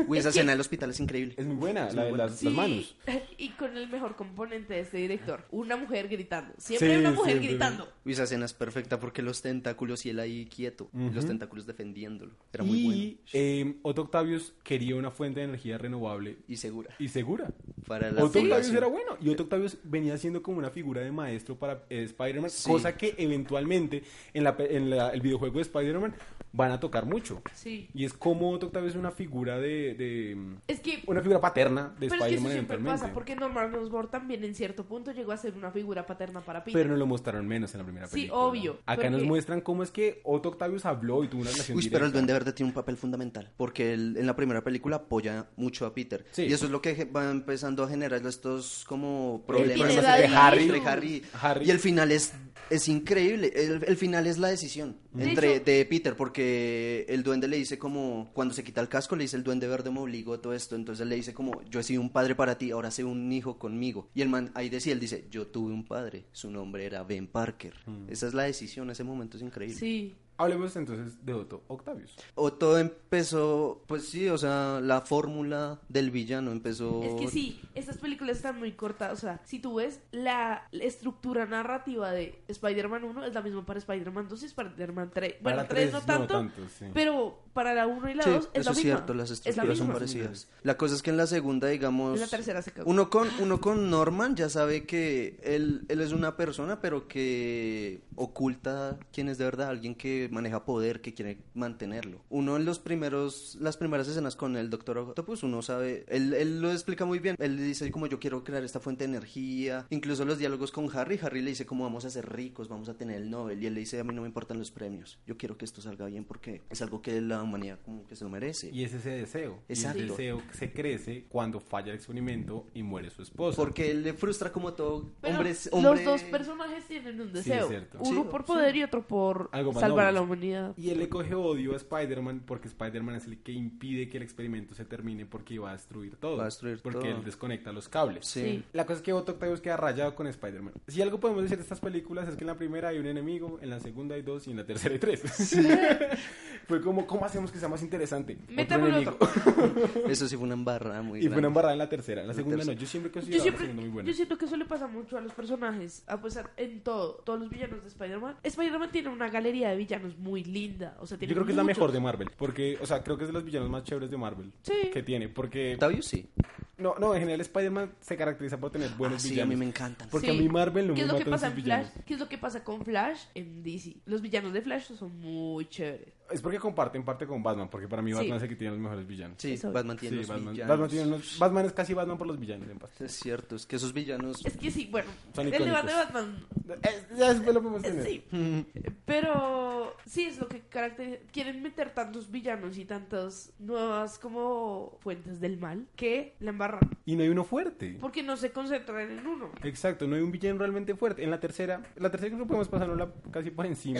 S4: Uy, esa
S5: Es que-
S4: escena del hospital es increíble.
S3: es muy buena, la de
S4: buena.
S3: las,
S5: Sí,
S3: las manos.
S5: y con el mejor componente de este director, una mujer gritando. Siempre hay
S3: Sí,
S5: una mujer
S3: siempre.
S5: gritando.
S4: Y esa escena es perfecta porque los tentáculos y él ahí quieto, y los tentáculos defendiéndolo. Era muy
S3: Y
S4: bueno
S3: eh, Otto Octavius quería una fuente de energía renovable
S4: y segura
S3: y segura.
S4: para la
S3: Otto Octavius
S4: población.
S3: era bueno y Otto Octavius venía siendo como una figura de maestro para eh, Spider-Man,
S4: Sí.
S3: cosa que eventualmente en, la, pe- en la- el videojuego de Spider-Man van a tocar mucho.
S5: Sí.
S3: Y es como Octavio es una figura de, de-
S5: Es que
S3: Una figura paterna de
S5: Pero es que eso
S3: Spider-Man
S5: siempre
S3: eventualmente.
S5: pasa, porque Norman Osborn también en cierto punto llegó a ser una figura paterna para Peter.
S3: Pero no lo mostraron menos en la primera
S5: Sí,
S3: película.
S5: obvio,
S3: Acá nos
S5: porque-
S3: muestran cómo es que Otto Octavius habló y tuvo una relación
S4: Uy, pero el
S3: directa.
S4: Duende Verde tiene un papel fundamental, porque él, en la primera película apoya mucho a Peter.
S3: Sí.
S4: Y eso es lo que ge- va empezando a generar estos como
S3: problemas
S4: problemas
S3: entre Harry.
S4: entre Harry.
S3: Harry.
S4: Y el final es, es increíble, el, el final es la decisión
S3: Mm.
S5: De
S4: entre
S5: hecho-
S4: de Peter, porque el duende le dice como, cuando se quita el casco, le dice el Duende Verde me obligó a todo esto, entonces él le dice como, yo he sido un padre para ti, ahora sé un hijo conmigo. Y el man ahí decía, él dice, yo tuve un padre, su nombre era Ben Parker.
S3: Mm.
S4: Esa es la decisión, ese momento es increíble.
S5: Sí.
S3: Hablemos entonces de Otto Octavius.
S4: O todo empezó, pues sí, o sea, la fórmula del villano empezó.
S5: Es que sí, estas películas están muy cortas. O sea, si tú ves la la estructura narrativa de Spider-Man 1, es la misma para Spider-Man 2 y Spider-Man 3. Bueno,
S3: Para
S5: 3 no
S3: tres
S5: tanto,
S3: sí.
S5: pero para la 1 y la
S4: Sí,
S5: 2 es
S4: eso
S5: la misma.
S4: es cierto, las
S5: Es la
S4: estructuras son
S5: misma.
S4: parecidas. La cosa es que en la segunda, digamos.
S5: En la tercera se cagó.
S4: Uno con, uno con Norman ya sabe que él, él es una persona, pero que oculta quién es de verdad, alguien que maneja poder, que quiere mantenerlo. Uno en los primeros, las primeras escenas con el Doctor Octopus, uno sabe, él, él lo explica muy bien. Él dice como yo quiero crear esta fuente de energía. Incluso los diálogos con Harry, Harry le dice como vamos a ser ricos, vamos a tener el Nobel. Y él le dice a mí no me importan los premios, yo quiero que esto salga bien porque es algo que la humanidad como que se lo merece.
S3: Y es ese deseo.
S4: Exacto.
S3: Y el deseo que se crece cuando falla el experimento y muere su esposa.
S4: Porque él le frustra como todo
S5: Pero
S4: hombre.
S5: los
S4: hombre-
S5: dos personajes tienen un
S3: Sí, es
S5: deseo.
S3: cierto.
S5: Uno
S4: Sí,
S5: por
S4: sí.
S5: poder y otro por
S3: Algo más
S5: salvar a
S3: noble.
S5: la humanidad.
S3: Y él le coge odio a Spider-Man porque Spider-Man es el que impide que el experimento se termine porque va a destruir todo.
S4: Va a destruir
S3: porque
S4: todo.
S3: él desconecta los cables.
S4: Sí.
S5: Sí.
S3: La cosa es que Otto Octavius queda rayado con Spider-Man. Si algo podemos decir de estas películas es que en la primera hay un enemigo, en la segunda hay dos y en la tercera hay tres. Fue como, ¿cómo hamos que sea más interesante?
S5: Metámosle
S3: enemigo.
S5: otro.
S4: Eso sí fue una embarrada muy
S3: Y fue una
S4: grande.
S3: embarrada en la tercera. En la segunda
S4: tercera.
S3: no. Yo siempre
S5: Yo
S3: considero la
S5: siempre,
S3: segunda muy buena.
S5: yo siento que eso le pasa mucho a los personajes, a pesar en todo, todos los villanos de Spider-Man. Spider-Man tiene una galería de villanos muy linda, o sea, tiene
S3: Yo creo que es la
S5: muchos.
S3: mejor de Marvel, porque, o sea, creo que es de los villanos más chéveres de Marvel
S5: Sí.
S3: que tiene, porque
S4: Octavio sí.
S3: no, no, en general Spider-Man se caracteriza por tener buenos
S4: Ah, sí, a
S3: villanos.
S4: mí me encantan.
S3: Porque a mí Marvel no
S5: ¿Qué es
S3: me
S5: lo que
S3: matan
S5: pasa
S3: esos
S5: en Flash?
S3: villanos.
S5: ¿Qué es lo que pasa con Flash en DC? Los villanos de Flash son muy chéveres.
S3: Es porque comparten parte con Batman, porque para mí
S5: Sí.
S3: Batman es el que tiene los mejores villanos.
S4: Sí,
S5: Eso-
S4: Batman tiene
S3: Sí,
S4: los
S3: Batman.
S4: villanos.
S3: Batman, tiene unos- Batman es casi Batman por los villanos, en paz.
S4: Es cierto, es que esos villanos.
S5: Es que sí, bueno,
S3: Son
S5: el debate
S3: icónicos.
S5: de Batman
S4: Eh,
S3: Es- Ya después lo podemos tener.
S5: Sí. Pero sí es lo que caracteriza. Quieren meter tantos villanos y tantas nuevas como fuentes del mal que la embarran.
S3: Y no hay uno fuerte.
S5: Porque no se concentran en uno.
S3: Exacto, no hay un villano realmente fuerte. En la tercera, la tercera creo que podemos pasarla casi por encima.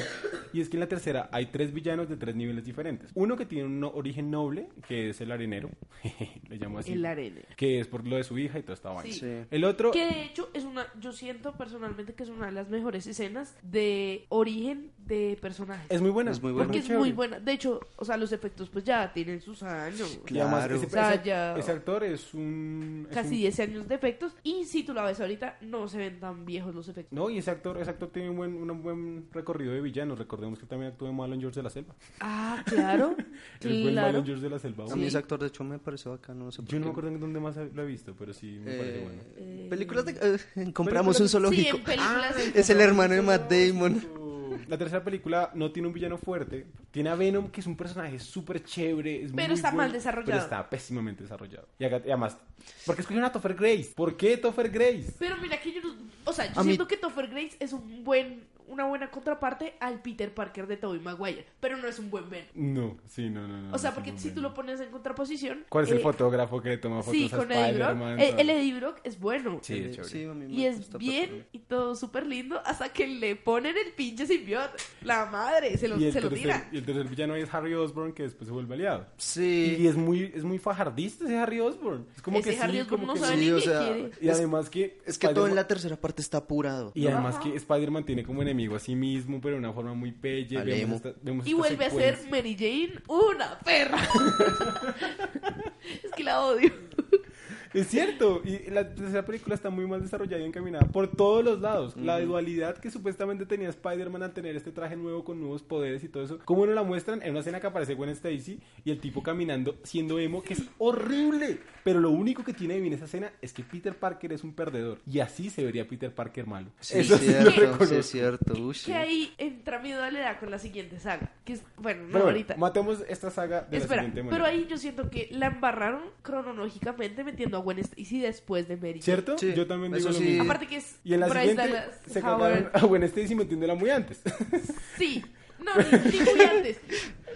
S3: Y es que en la tercera hay tres villanos de tres niveles diferentes. Uno que tiene un no- origen noble, que es el arenero. Le llamo así.
S5: El arena.
S3: que es por lo de su hija y toda esta vaina.
S5: Sí.
S4: Sí.
S3: El otro,
S5: Que de hecho es una, yo siento personalmente que es una de las mejores escenas de origen de personajes.
S3: es muy buena.
S4: Es muy buena.
S5: porque es
S3: chévere.
S5: muy buena. De hecho, o sea, los efectos pues ya tienen sus años.
S3: Y además,
S4: Claro.
S3: ese,
S5: O sea,
S3: ese-
S5: ya-
S3: ese actor es un... es
S5: Casi
S3: un-
S5: 10 años de efectos. Y si tú la ves ahorita, no se ven tan viejos los efectos.
S3: No, y ese actor, ese actor tiene un buen, un buen recorrido de villanos. Recordemos que también actuó en Malon George de la Selva.
S5: Ah, claro.
S3: El buen
S5: claro.
S3: Malon George de la Selva.
S4: A mí
S5: Sí.
S4: ese actor, de hecho, me pareció acá, no sé por
S3: Yo no
S4: qué.
S3: me acuerdo en dónde más lo he visto, pero sí me parece
S4: Eh,
S3: bueno.
S5: Eh,
S4: Películas de. eh, compramos un
S3: Películas-
S5: Sí,
S4: zoológico.
S5: en
S3: Ah,
S5: películas.
S4: es el hermano de Matt Damon.
S3: La tercera película no tiene un villano fuerte. Tiene a Venom, que es un personaje súper chévere. es
S5: Pero
S3: muy
S5: está mal
S3: bueno,
S5: desarrollado.
S3: Pero está pésimamente desarrollado. Y, acá- y además, ¿por qué escogieron a Topher Grace? ¿Por qué Topher Grace?
S5: Pero mira que yo no- O sea, yo
S4: A mí-
S5: siento que Topher Grace es un buen. Una buena contraparte al Peter Parker de Tobey Maguire. Pero no es un buen Ben.
S3: No, sí, no, no. no
S5: O sea,
S3: no,
S5: porque
S3: no,
S5: si
S3: no.
S5: tú lo pones en contraposición.
S3: ¿Cuál es el
S5: eh,
S3: fotógrafo que le toma fotos
S5: Sí,
S3: a
S5: con Eddie Brock.
S3: Spider-Man?
S5: Eh, El Eddie Brock es bueno.
S3: Sí, es chévere.
S4: Sí, a mí me
S5: Y es
S4: gusta
S5: bien y todo súper lindo hasta que le ponen el pinche simbionte. La madre, se lo,
S3: y, el
S5: se lo
S3: tercer,
S5: tira.
S3: y el tercer villano es Harry Osborn, que después se vuelve aliado. Y
S4: Sí.
S3: es muy, es muy fajardista ese Harry Osborn. Es como
S5: Ese
S3: que
S5: Harry
S3: sí,
S5: Osborn
S3: como
S5: no
S3: que
S5: sabe
S4: sí,
S5: ni
S4: o
S5: qué
S4: sea,
S5: quiere.
S3: Y además que...
S4: Es que todo en
S3: Spider-Man-
S4: la tercera parte está apurado.
S3: Y además
S5: Ajá.
S3: que Spider-Man tiene como enemigo a sí mismo, pero de una forma muy bella.
S4: Al emo.
S3: Vemos esta- vemos
S5: Y
S3: esta
S5: vuelve a ser
S3: secuencia.
S5: Mary Jane una perra. es que la odio.
S3: Es cierto. Y la tercera película está muy mal desarrollada y encaminada por todos los lados. La dualidad que supuestamente tenía Spider-Man al tener este traje nuevo con nuevos poderes y todo eso. ¿Cómo no la muestran? En una escena que aparece Gwen Stacy y el tipo caminando siendo emo, que es horrible. Pero lo único que tiene de bien esa escena es que Peter Parker es un perdedor. Y así se vería Peter Parker malo.
S4: Sí,
S3: Eso
S4: es
S3: sí lo
S4: cierto, sí,
S3: reconozco.
S4: es cierto. uy, sí.
S5: Que ahí entra mi dualidad con la siguiente saga. Que es, bueno, no
S3: Pero bueno,
S5: ahorita.
S3: matemos esta saga de la
S5: Espera,
S3: siguiente manera.
S5: pero ahí yo siento que la embarraron cronológicamente metiendo a Gwen Stacy después de Mary. Jane.
S3: ¿Cierto?
S4: Sí,
S3: Yo también digo
S4: eso
S3: lo
S4: sí.
S3: mismo.
S5: Aparte que es
S3: Y en la
S5: Bryce
S3: siguiente
S5: Dallas
S3: se
S5: Howard.
S3: cargaron a Gwen Stacy metiéndola muy antes.
S5: Sí, no, ni, ni muy antes.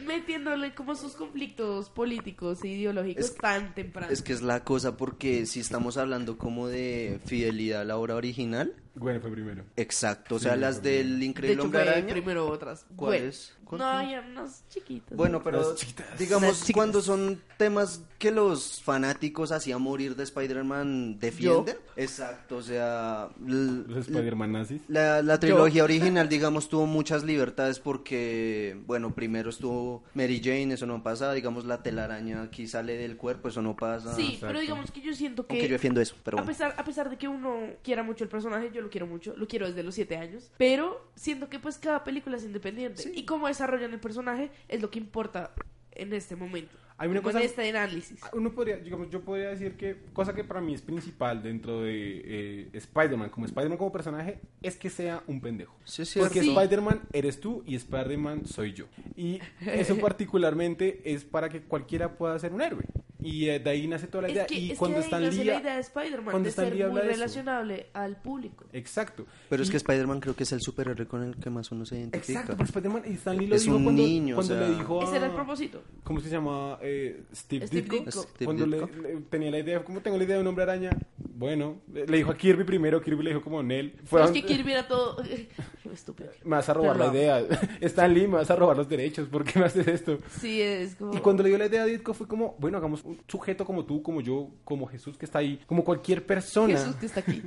S5: Metiéndole como sus conflictos políticos e ideológicos
S4: Es que-
S5: tan temprano.
S4: Es que es la cosa porque si estamos hablando como de fidelidad a la obra original,
S3: Gwen fue primero.
S4: exacto, o sea, las del
S5: de
S4: Increíble
S5: hecho,
S4: Hombre
S5: fue
S4: Araña.
S5: primero otras.
S4: ¿Cuál
S5: Bueno,
S4: es? ¿Cuál
S5: no,
S4: fue?
S5: había unas chiquitas.
S4: Bueno, pero
S3: Las chiquitas.
S4: digamos,
S5: Las chiquitas.
S4: cuando son temas que los fanáticos hacían morir de Spider-Man defienden. Exacto, o sea, l-
S3: Los Spider-Man nazis.
S4: La, la trilogía original, digamos, tuvo muchas libertades porque, bueno, primero estuvo Mary Jane, eso no pasa, digamos, la telaraña aquí sale del cuerpo, eso no pasa.
S5: sí,
S3: exacto.
S5: pero digamos que yo siento que...
S4: ah, Aunque yo defiendo eso, pero
S5: A
S4: bueno.
S5: pesar, a pesar de que uno quiera mucho el personaje, yo lo quiero mucho, lo quiero desde los 7 años, pero siento que pues cada película es independiente
S4: Sí.
S5: y cómo desarrollan el personaje es lo que importa en este momento.
S3: Hay una
S5: con
S3: cosa-
S5: este análisis.
S3: Ah, Uno podría, digamos, yo podría decir que cosa que para mí es principal dentro de eh, Spider-Man, como Spider-Man como personaje, es que sea un pendejo.
S4: Sí, es cierto.
S3: Porque
S5: Sí.
S3: Spider-Man eres tú y Spider-Man soy yo. Y eso particularmente es para que cualquiera pueda ser un héroe. Y eh, de ahí nace toda la idea.
S5: Es que,
S3: y
S5: es
S3: cuando
S5: que
S3: está
S5: ahí
S3: en
S5: nace
S3: día-
S5: la idea de Spider-Man
S3: cuando
S5: de
S3: Stan
S5: ser
S3: Lee
S5: muy
S3: habla de eso.
S5: relacionable al público.
S3: Exacto.
S4: Pero es
S3: Y-
S4: que Spider-Man creo que es el superhéroe con el que más uno se identifica.
S3: Exacto, pero
S5: pues,
S3: Spider-Man y Stan Lee lo
S4: Es
S3: dijo
S4: un
S3: cuando,
S4: niño,
S3: cuando
S4: o sea.
S3: le dijo a...
S5: Ese era el propósito.
S3: ¿Cómo se llama? Eh, Steve,
S5: Steve
S3: Ditko.
S5: Ditko.
S4: Steve
S3: cuando le-
S4: Ditko.
S3: le- tenía la idea, ¿cómo tengo la idea de un hombre araña? Bueno, le le dijo a Kirby primero, Kirby le dijo como Nel. Fue
S5: No
S3: a-
S5: es que Kirby era todo estúpido.
S3: Me vas a robar
S5: Pero
S3: la
S5: lo
S3: idea. Stan Lee, me vas a robar los derechos. ¿Por qué me haces esto?
S5: Sí, es como...
S3: Y cuando le dio la idea a Ditko fue como, bueno, hagamos un sujeto como tú, como yo, como Jesús que está ahí, como cualquier persona.
S5: Jesús que está aquí.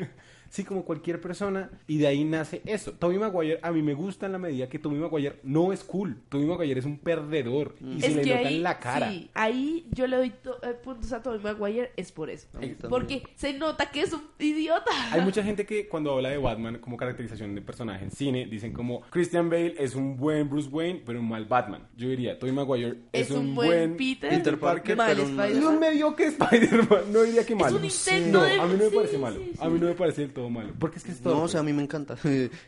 S3: Sí, como cualquier persona. Y de ahí nace eso. Tommy Maguire, a mí me gusta en la medida que Tommy Maguire no es cool. Tommy Maguire es un perdedor. Y se
S5: Mm. es
S3: le
S5: que
S3: nota
S5: ahí,
S3: en la cara.
S5: sí, ahí yo le doy to- eh, puntos a Tobey Maguire es por eso.
S4: A mí también.
S5: Porque se nota que es un idiota.
S3: Hay mucha gente que cuando habla de Batman como caracterización de personaje en cine, dicen como Christian Bale es un buen Bruce Wayne, pero un mal Batman. Yo diría, Tobey Maguire
S5: Es un buen Peter,
S4: Peter Parker,
S5: mal
S4: pero no-
S3: Y
S5: Spider-Man.
S3: un mediocre Spider-Man, no diría que malo.
S5: un
S3: no,
S5: intento de-
S3: a mí no me
S5: sí,
S3: parece
S5: sí,
S3: malo.
S5: sí,
S3: A mí no me parece del todo malo. Porque es que es
S5: pues,
S3: todo. pues,
S4: No, o sea, a mí me encanta.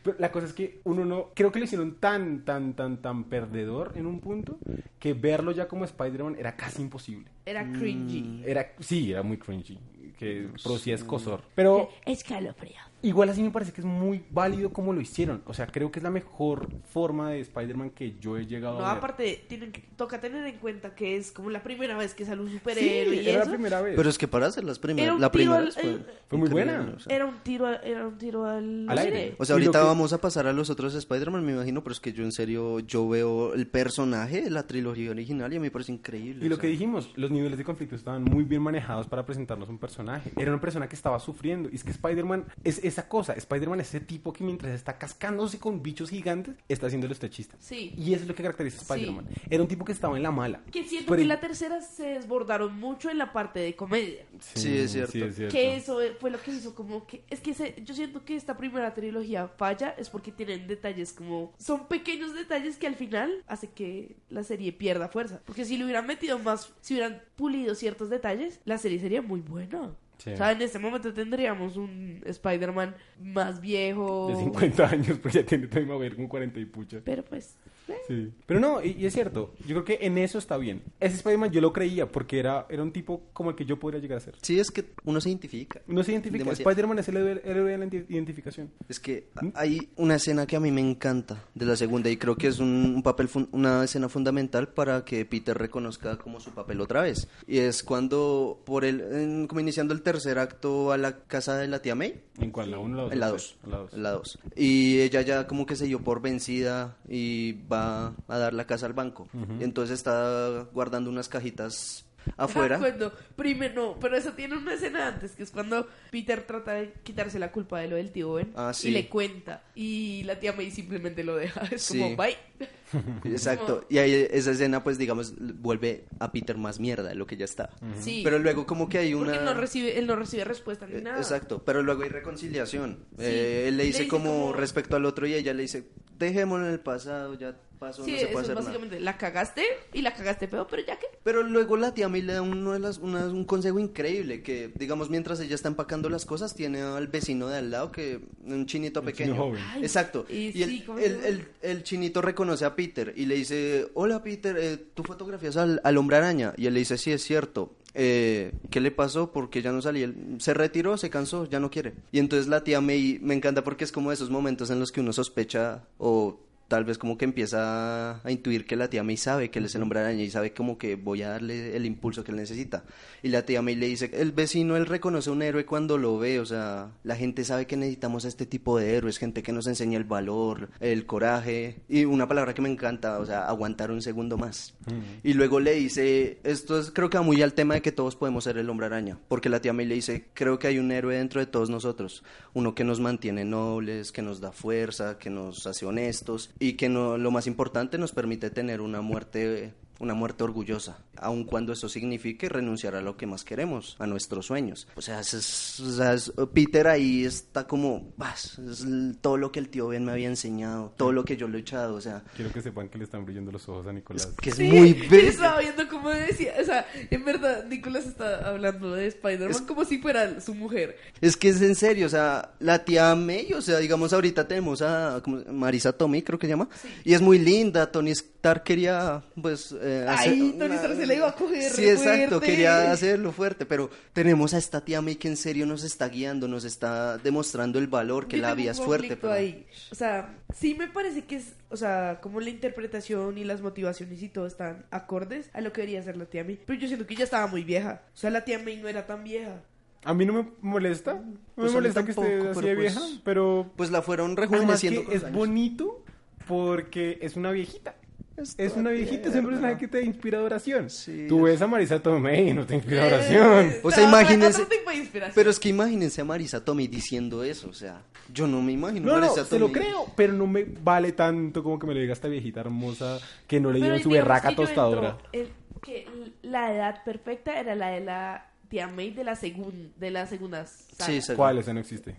S3: Pero la cosa es que uno no. Creo que lo hicieron tan, tan, tan, tan perdedor en un punto que verlo ya como Spider-Man era casi imposible.
S5: Era cringy.
S3: Era, sí, era muy cringy. Que producía escosor. Pero
S5: Escalofrío.
S3: Igual así me parece que es muy válido como lo hicieron. O sea, creo que es la mejor forma de Spider-Man que yo he llegado
S5: No,
S3: a ver.
S5: aparte, tienen que- toca tener en cuenta que es como la primera vez que sale un
S3: sí,
S5: superhéroe y
S3: era
S5: eso.
S3: la primera vez.
S4: pero es que para hacer las
S5: Era
S4: primeras,
S5: un
S4: la
S5: tiro
S4: primera
S5: al-
S4: vez fue,
S3: Fue muy
S4: increíble,
S3: buena.
S4: o sea.
S5: Era un tiro, al- era un tiro al,
S3: Al aire.
S4: O sea,
S3: Y lo
S4: ahorita
S3: que-
S4: vamos a pasar a los otros Spider-Man, me imagino, pero es que yo en serio, yo veo el personaje de la trilogía original y a mí me parece increíble.
S3: Y
S4: o
S3: lo
S4: sea.
S3: que dijimos, los niveles de conflicto estaban muy bien manejados para presentarnos un personaje. Era una persona que estaba sufriendo. Y es que Spider-Man es esa cosa. Spider-Man es ese tipo que mientras está cascándose con bichos gigantes, está haciéndole los techistas.
S5: Sí.
S3: Y eso es lo que caracteriza a
S5: Sí.
S3: Spider-man. Era un tipo que estaba en la mala.
S5: Que siento
S3: Pero-
S5: que la tercera se desbordaron mucho en la parte de comedia.
S4: Sí, es cierto.
S5: Que eso fue lo que hizo como que... Es que se- yo siento que esta primera trilogía falla es porque tienen detalles como... Son pequeños detalles que al final hace que la serie pierda fuerza. Porque si le hubieran metido más... Si hubieran pulido ciertos detalles, la serie sería muy buena.
S3: Sí.
S5: O sea, en este momento tendríamos un Spider-Man más viejo.
S3: De 50 años, pues ya tiene también a ver con 40 y pucha.
S5: Pero pues... eh,
S3: Sí. Pero no, y, y es cierto. Yo creo que en eso está bien. Ese Spider-Man yo lo creía porque era, era un tipo como el que yo podría llegar a ser.
S4: Sí, es que uno se identifica.
S3: No se identifica.
S4: Demasiado.
S3: Spider-Man ¿Mm? es el héroe el héroe de la identi- identificación.
S4: Es que hay una escena que a mí me encanta de la segunda y creo que es un, un papel fun- una escena fundamental para que Peter reconozca como su papel otra vez y es cuando por el en- como iniciando el tercer acto a la casa de la tía May
S3: ¿En cuál? ¿La 1
S4: en la 2 y ella ya como que se dio por vencida y va a dar la casa al banco entonces está guardando unas cajitas
S5: Ah,
S4: afuera
S5: Cuando primero, no, pero eso tiene una escena antes, que es cuando Peter trata de quitarse la culpa de lo del tío Ben
S4: Ah, sí.
S5: y le cuenta. Y la tía May simplemente lo deja. Es
S4: Sí.
S5: como, bye.
S4: Exacto. Y ahí esa escena, pues digamos, vuelve a Peter más mierda de lo que ya está.
S5: Sí.
S4: Pero luego como que hay una...
S5: Porque él no recibe, él no recibe respuesta ni
S4: Eh,
S5: nada.
S4: Exacto, pero luego hay reconciliación. Eh, él le dice, como, respecto al otro y ella le dice, dejémoslo en el pasado, ya pasó,
S5: Sí,
S4: no se
S5: eso
S4: puede
S5: es
S4: hacer nada.
S5: básicamente. La cagaste y la cagaste feo, pero ya que.
S4: Pero luego la tía May le da uno de las- una- un consejo increíble, que digamos mientras ella está empacando las cosas, tiene al vecino de al lado, que un chinito pequeño.
S3: joven.
S5: Ay,
S4: Exacto.
S5: y
S4: Y,
S5: sí,
S4: el,
S5: ¿cómo
S4: el-
S5: se llama?
S4: el- el chinito reconoce a Peter y le dice, hola Peter, eh, ¿tú fotografías al, al hombre araña? Y él le dice, sí, es cierto. Eh, ¿Qué le pasó? Porque ya no salía. Él Se retiró, se cansó, ya no quiere. Y entonces la tía May me encanta porque es como de esos momentos en los que uno sospecha o tal vez como que empieza a intuir que la tía May sabe que él es el hombre araña y sabe como que voy a darle el impulso que él necesita. Y la tía May le dice, el vecino él reconoce a un héroe cuando lo ve, o sea, la gente sabe que necesitamos a este tipo de héroes, gente que nos enseña el valor, el coraje y una palabra que me encanta, o sea, aguantar un segundo más. Y luego le dice, esto es creo que va muy al tema de que todos podemos ser el hombre araña, porque la tía May le dice, creo que hay un héroe dentro de todos nosotros, uno que nos mantiene nobles, que nos da fuerza, que nos hace honestos y que no, lo más importante nos permite tener una muerte una muerte orgullosa, aun cuando eso signifique renunciar a lo que más queremos, a nuestros sueños. O sea, eso es- o sea, es- Peter ahí está como, "Bah, es l- todo lo que el tío Ben me había enseñado, todo lo que yo lo he echado, o sea,
S3: Quiero que sepan que le están brillando los ojos a Nicolás.
S4: que es
S5: Sí,
S4: muy
S5: yo
S4: bello.
S5: Estaba viendo cómo decía, o sea, en verdad Nicolás está hablando de Spider-Man como si fuera su mujer.
S4: Es que es en serio, o sea, la tía May, o sea, digamos ahorita tenemos a como- Marisa Tomei, creo que se llama, y es muy linda, Tony Stark quería, pues... eh,
S5: Ay,
S4: hacer
S5: Tony Stark se la iba a coger
S4: Sí,
S5: re
S4: exacto,
S5: fuerte.
S4: quería hacerlo fuerte, pero tenemos a esta tía May que en serio nos está guiando, nos está demostrando el valor, que
S5: Yo
S4: la
S5: tengo
S4: vida
S5: un
S4: es fuerte,
S5: conflicto
S4: pero...
S5: ahí. O sea, sí me parece que es, o sea, como la interpretación y las motivaciones y todo están acordes a lo que debería hacer la tía May. Pero yo siento que ya estaba muy vieja. O sea, la tía May no era tan vieja.
S3: A mí no me molesta. No
S4: Pues a
S3: me
S4: mí
S3: molesta que esté
S4: tampoco,
S3: así
S4: pero
S3: de
S4: pues-
S3: vieja, pero
S4: Pues la fueron
S3: Además
S4: rejuveneciendo.
S3: que
S4: con los
S3: es
S4: años.
S3: bonito porque es una viejita. Es una viejita, es un personaje que te inspira adoración.
S4: Sí.
S3: Tú ves a Marisa Tomei y no te inspira adoración.
S5: Eh,
S4: O sea,
S5: otra-
S4: imagínense-
S5: otro tipo de inspiración.
S4: Pero es que imagínense a Marisa Tomei diciendo eso, o sea, yo no me imagino
S3: No, no,
S4: Marisa
S3: se lo
S4: Tomei.
S3: creo, pero no me vale tanto como que me lo diga esta viejita hermosa que no le
S5: Pero
S3: dieron su
S5: digamos
S3: berraca
S5: que yo
S3: tostadora.
S5: entro- el- que la edad perfecta era la de la tía May de la segunda, de las segundas.
S4: Sí, seguro.
S3: ¿Cuál? Esa no existe.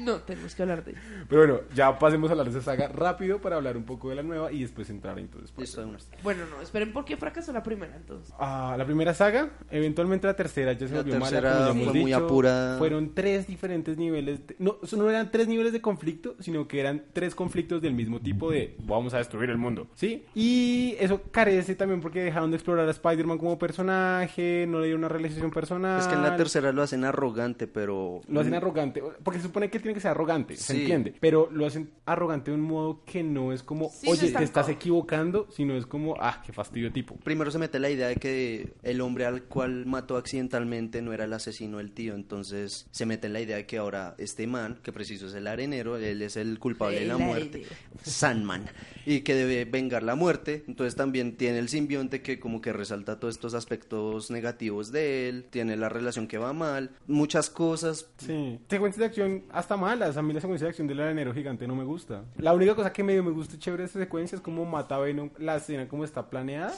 S5: No, tenemos que hablar de ello.
S3: Pero bueno, ya pasemos a hablar de esa saga rápido para hablar un poco de la nueva y después entrar entonces. por-
S4: Listo, de una.
S5: Bueno, no, esperen, ¿por qué fracasó la primera entonces?
S3: Ah, la primera saga, eventualmente la tercera, ya se
S4: La
S3: volvió mala,
S4: tercera
S3: como ya
S4: fue
S3: hemos
S4: muy
S3: dicho.
S4: apurada.
S3: Fueron tres diferentes niveles, de- no, eso no eran tres niveles de conflicto, sino que eran tres conflictos del mismo tipo de vamos a destruir el mundo, ¿sí? Y eso carece también porque dejaron de explorar a Spider-Man como personaje, no le dieron una realización personal.
S4: Es que en la tercera lo hacen arrogante, pero...
S3: Lo hacen arrogante, porque se supone que tiene que ser arrogante, se
S4: Sí.
S3: entiende, pero lo hacen arrogante de un modo que no es como,
S5: Sí, se
S3: oye, te
S5: estancó.
S3: estás equivocando, sino es como, ah, qué fastidio tipo.
S4: Primero se mete la idea de que el hombre al cual mató accidentalmente no era el asesino el tío, entonces se mete la idea de que ahora este man, que preciso es el arenero, él es el culpable de la
S5: El
S4: muerte,
S5: arenero.
S4: Sandman, y que debe vengar la muerte, entonces también tiene el simbionte que como que resalta todos estos aspectos negativos de él, tiene la relación que va mal, muchas cosas,
S3: Sí. Secuencias de acción hasta malas. A mí la secuencia de acción del arenero gigante no me gusta. La única cosa que medio me gusta y chévere de esta secuencia es cómo mata a Venom. La escena como está planeada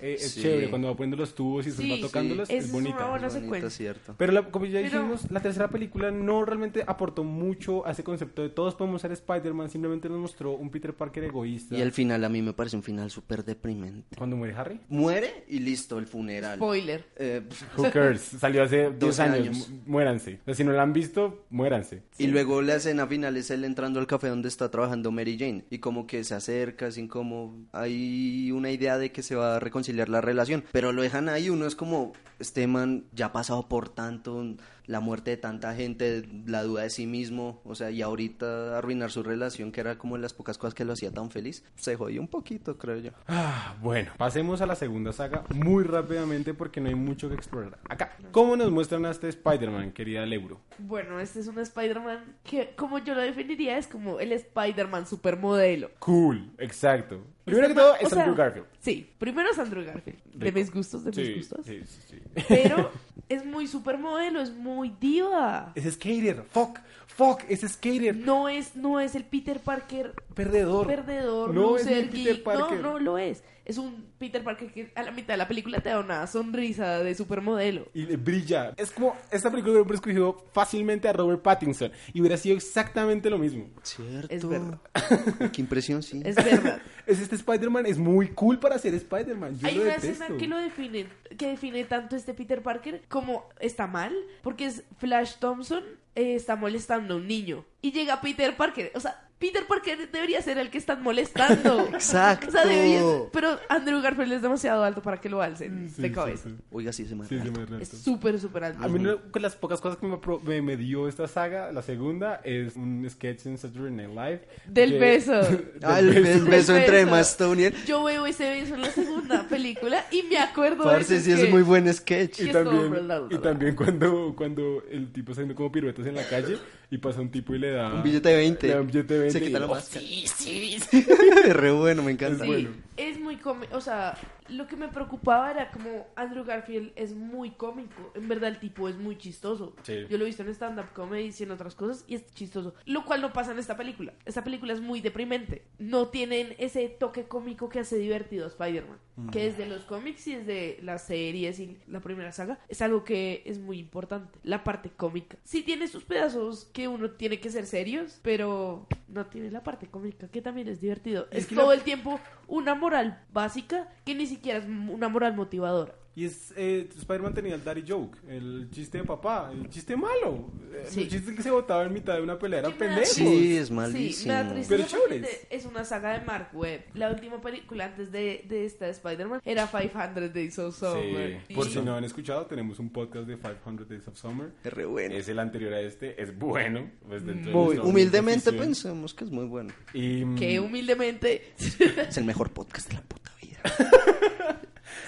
S3: eh, es
S4: Sí.
S3: chévere. Cuando va poniendo los tubos y se
S5: Sí,
S3: va
S5: sí.
S3: tocándolos
S5: Esa
S3: es
S5: es
S3: bonita.
S5: una buena-
S4: es bonita,
S5: secuencia.
S4: cierto.
S3: Pero la- como ya
S5: Pero-
S3: dijimos, la tercera película no realmente aportó mucho a ese concepto de todos podemos ser Spider-Man. Simplemente nos mostró un Peter Parker egoísta.
S4: Y el final a mí me parece un final súper deprimente.
S3: Cuando muere Harry.
S4: Muere y listo, el funeral.
S5: Spoiler.
S4: Eh,
S3: Who cares? Salió hace 10
S4: 12
S3: años.
S4: años.
S3: Mu- Muéranse. O sea, si no la han visto, muéranse.
S4: Y luego la escena final es él entrando al café donde está trabajando Mary Jane y como que se acerca, sin como hay una idea de que se va a reconciliar la relación, pero lo dejan ahí, uno es como, este man ya ha pasado por tanto, la muerte de tanta gente, la duda de sí mismo, o sea, y ahorita arruinar su relación, que era como de las pocas cosas que lo hacía tan feliz, se jodió un poquito, creo yo.
S3: Ah, bueno, pasemos a la segunda saga muy rápidamente porque no hay mucho que explorar. Acá, ¿cómo nos muestran a este Spider-Man, querida Lebro?
S5: Bueno, este es un Spider-Man que, como yo lo definiría, es como el Spider-Man supermodelo.
S3: Cool, exacto. Primero que
S5: Este
S3: todo
S5: man-
S3: es
S5: o sea,
S3: Andrew Garfield.
S5: Sí, primero es Andrew Garfield. De
S3: Rico.
S5: mis gustos, de mis
S3: Sí,
S5: gustos.
S3: sí, sí, sí.
S5: Pero es muy supermodelo, es muy diva.
S3: Es skater, fuck, fuck, es skater,
S5: No es, no es el Peter Parker
S3: perdedor.
S5: perdedor,
S3: No es
S5: loser,
S3: mi Peter
S5: geek.
S3: Parker.
S5: No, no lo es. Es un Peter Parker que a la mitad de la película te da una sonrisa de supermodelo.
S3: Y le brilla. Es como, esta película hubiera escogido fácilmente a Robert Pattinson y hubiera sido exactamente lo mismo.
S4: Cierto.
S5: Es verdad.
S4: Qué impresión, sí.
S5: Es verdad.
S3: Es este Spider-Man, es muy cool para ser Spider-Man. Yo
S5: Hay
S3: lo
S5: una
S3: detesto.
S5: escena que lo define, que define tanto este Peter Parker como está mal, porque es Flash Thompson eh, está molestando a un niño y llega Peter Parker, o sea, Peter Parker debería ser el que están molestando.
S4: Exacto.
S5: O sea, debería- pero Andrew Garfield es demasiado alto para que lo alcen
S3: Mm. Sí,
S5: de
S3: sí,
S5: cabeza.
S3: sí.
S4: Oiga, sí, se me
S3: Sí, sí,
S4: arranca.
S3: me reto.
S5: Es súper, súper alto.
S3: A mí una de las pocas cosas que me, apro- me, me dio esta saga, la segunda, es un sketch en Saturday Night Live.
S5: Del
S3: de-
S5: beso.
S3: del
S4: Ah, el, el
S3: beso.
S4: beso entre
S5: beso.
S4: Emma Stone y él.
S5: Yo veo ese beso en la segunda película y me acuerdo de
S4: Parce,
S5: ese
S4: sí, es
S5: sketch.
S4: muy buen sketch.
S5: Sí,
S3: Y
S5: es como, bla,
S3: también,
S5: bla,
S3: y
S5: bla.
S3: también cuando, cuando el tipo está haciendo como piruetas en la calle y pasa un tipo y le da
S5: Ah.
S4: Un billete de 20.
S3: le da un billete de 20
S4: Se quita
S3: y-
S4: la
S3: oh,
S4: máscara.
S3: sí, sí, sí.
S4: Re bueno, me encanta.
S5: Sí,
S3: bueno.
S5: es muy cómico. O sea, lo que me preocupaba era como Andrew Garfield es muy cómico. En verdad, el tipo es muy chistoso.
S3: Sí.
S5: Yo lo he visto en stand-up comedy y en otras cosas y es chistoso. Lo cual no pasa en esta película. Esta película es muy deprimente. No tienen ese toque cómico que hace divertido a Spider-Man.
S3: Mm.
S5: Que desde los cómics y desde las series y la primera saga es algo que es muy importante. La parte cómica. Sí tiene sus pedazos que uno tiene que ser serios, pero no tiene la parte cómica que también es divertido.
S3: Es
S5: Es,
S3: que
S5: todo
S3: la-
S5: el tiempo una moral básica que ni siquiera es una moral motivadora.
S3: Y es, eh, Spider-Man tenía el daddy joke, el chiste de papá, el chiste malo, eh,
S5: Sí.
S3: el chiste que se botaba en mitad de una pelea, era
S5: Que me da
S3: pendejo.
S4: Sí, es
S5: Sí, me da
S4: malísimo.
S5: tristeza
S3: Pero
S5: porque
S3: chéveres.
S5: te- es una saga de Mark Webb. La última película antes de, de esta de Spider-Man era 500 Days of Summer.
S3: Sí. Por
S5: Y-
S3: si no han escuchado, tenemos un podcast de 500 Days of Summer.
S4: Es re bueno.
S3: Es el anterior a este, es bueno. pues,
S5: Mm.
S3: dentro de
S4: Muy-
S3: nuestra
S4: humildemente pues.
S3: humilde afición.
S4: pensemos que es muy bueno.
S3: Y, mm,
S5: Que humildemente...
S4: Es el mejor podcast de la puta vida.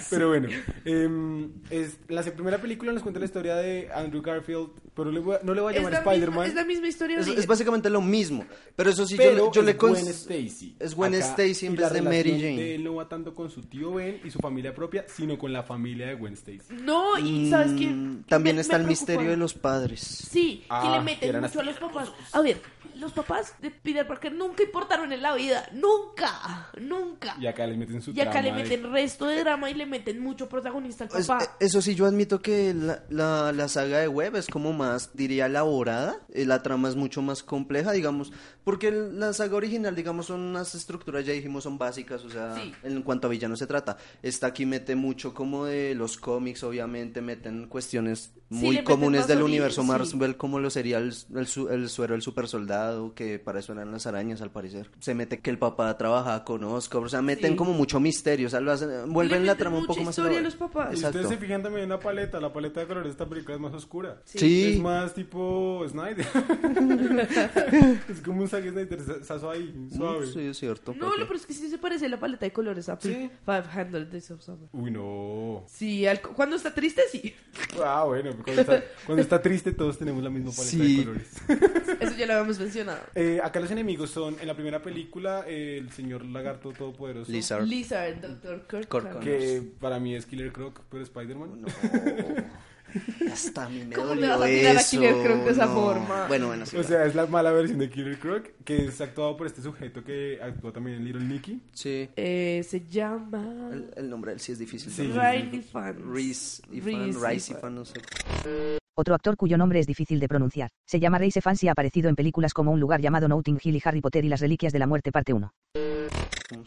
S3: Pero bueno, em, es, la se- primera película nos cuenta la historia de Andrew Garfield, pero le voy a- no le voy a
S5: Es
S3: llamar
S5: la, misma,
S3: Spider-Man.
S5: es la misma historia.
S4: Es,
S5: de
S4: es básicamente lo mismo. Pero eso sí, yo
S3: pero
S4: le- yo,
S3: es
S4: le con-
S3: Gwen Stacy.
S4: Es Gwen
S3: Acá,
S4: Stacy en
S3: y
S4: vez
S3: la
S4: de Mary
S3: relación
S4: Jane.
S3: de él no va tanto con su tío Ben y su familia propia, sino con la familia de Gwen Stacy.
S5: No, y ¿sabes qué?
S4: Mm, También
S5: Me-
S4: está
S5: me
S4: el misterio
S5: preocupa.
S4: de los padres.
S5: Sí, que
S3: Ah,
S5: le
S3: que
S5: meten
S3: eran
S5: mucho a los papás. A ver, los papás de Peter Parker nunca importaron en la vida. Nunca, nunca.
S3: Y acá le meten su
S5: Y acá le
S3: trama de-
S5: meten resto de drama y le meten mucho protagonista al
S4: Es-
S5: papá.
S4: eh, eso sí, yo admito que la, la- la saga de Web es como más, diría, elaborada. eh, La trama es mucho más compleja, digamos. Porque el- la saga original, digamos, son unas estructuras, ya dijimos, son básicas. O sea,
S5: Sí.
S4: en cuanto a villanos se trata. Esta aquí mete mucho como de los cómics, obviamente. Meten cuestiones
S5: Sí,
S4: muy
S5: le meten
S4: comunes
S5: más
S4: del
S5: ori-
S4: universo
S5: sí.
S4: Marvel, como lo sería el, el su- el suero del super soldado, que para eso eran las arañas, al parecer. Se mete que el papá trabaja con Oscar. O sea, meten
S5: Sí.
S4: como mucho misterio. O sea, lo hacen,
S5: Le
S4: vuelven la
S5: meten
S4: trama un
S5: mucha
S4: poco más
S5: historia a
S4: elaborada.
S5: los papás.
S3: Y
S4: Exacto.
S3: ustedes se fijan también en la paleta, la paleta de colores de esta película es más oscura.
S5: Sí.
S4: Sí.
S3: Es más tipo Snyder. es como un Zack Snyder, sa- sazo ahí, suave.
S4: Mm, Sí, es cierto.
S5: No,
S4: papi.
S5: lo- pero es que sí se parece la paleta de colores a
S3: Sí.
S5: Five Handle de Soft Summer.
S3: Uy, no.
S5: Sí, al- cuando está triste, sí.
S3: Ah, bueno, cuando está, cuando está triste todos tenemos la misma paleta
S4: Sí.
S3: de colores.
S5: Eso ya lo habíamos mencionado.
S3: Eh, acá los enemigos son, en la primera película, eh, el señor lagarto todopoderoso.
S4: Lizard.
S5: Lizard, Dr. Kirkland.
S4: Corcoran.
S3: Que para mí es Killer Croc, pero Spider-Man.
S4: No. Hasta a mí me
S5: ¿Cómo le
S4: dolió
S5: vas a tirar a
S4: eso,
S5: Killer Croc de esa
S4: no.
S5: forma?
S4: Bueno, bueno, sí.
S3: O
S4: claro.
S3: sea, es la mala versión de Killer Croc, que es actuado por este sujeto que actuó también en Little Nicky.
S4: sí.
S5: Eh, se llama...
S4: El, el nombre del sí es difícil.
S3: Sí.
S5: Riley Fans.
S4: Reese y
S5: Reese
S4: fan, Rice y
S5: Ifan.
S4: fan, no sé.
S6: Otro actor cuyo nombre es difícil de pronunciar. Se llama Ray Fans y ha aparecido en películas como Un lugar llamado Notting Hill y Harry Potter y las Reliquias de la Muerte parte 1.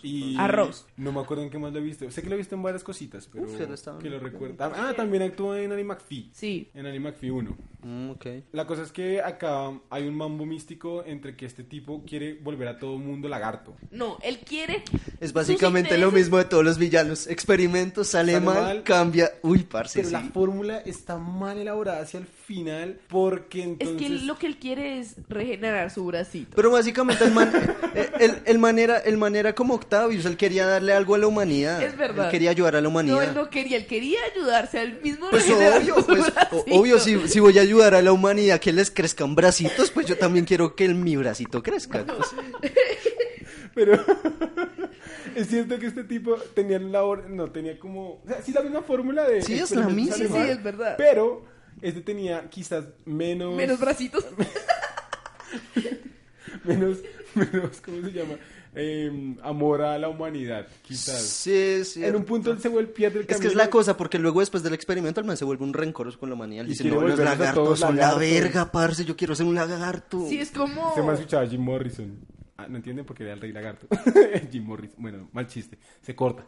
S3: Y
S5: Arroz.
S3: No me acuerdo en qué más lo he visto. Sé que lo he visto en varias cositas, pero
S4: Uf, pero estaba-
S3: que lo recuerda. Ah, también actuó en Annie McPhee.
S5: Sí.
S3: En Annie McPhee 1.
S4: Mm, ok.
S3: La cosa es que acá hay un mambo místico entre que este tipo quiere volver a todo mundo lagarto.
S5: No, él quiere...
S4: Es básicamente
S5: sus
S4: lo
S5: intereses-
S4: mismo de todos los villanos. Experimento, sale,
S3: Sale
S4: mal,
S3: mal.
S4: cambia. Uy, parce,
S3: Pero
S4: sí.
S3: la fórmula está mal elaborada hacia el final porque
S5: Es
S3: entonces...
S5: que él- lo que él quiere es regenerar su bracito.
S4: Pero básicamente el man, eh, el, el man era, el man era como Octavius, él quería darle algo a la humanidad.
S5: Es verdad.
S4: Él quería ayudar a la
S5: No, él
S4: humanidad.
S5: no quería, él quería ayudarse al mismo
S4: Pues
S5: regenerar
S4: obvio,
S5: su
S4: pues o-
S5: bracito.
S4: obvio, si, si voy a ayudar a la humanidad que les crezcan bracitos, pues yo también quiero que el- mi bracito crezca. pues.
S3: Pero es cierto que este tipo tenía la or- no tenía como, o sea, sí la misma fórmula de
S4: Sí, es la
S3: experimentos
S4: misma.
S5: Sí, sí,
S3: animales,
S5: es verdad.
S3: Pero Este tenía quizás menos.
S5: Menos bracitos.
S3: menos, menos, ¿cómo se llama? Eh, amor a la humanidad, quizás.
S4: Sí, sí.
S3: En un punto él se vuelve, pierde el
S4: Es que
S3: camino.
S4: es la cosa, porque luego después del experimento el man se vuelve un rencoroso con la manía.
S3: Y
S4: Le dice,
S3: quiere
S4: no, los
S3: volverlos a
S4: lagartos
S3: todos
S4: son la
S3: lagartos".
S4: verga, parce, yo quiero ser un lagarto.
S5: Sí, es como.
S3: Se me ha escuchado a Este Jim Morrison. Ah, no entienden porque era el rey lagarto. Jim Morrison. Bueno, mal chiste. Se corta.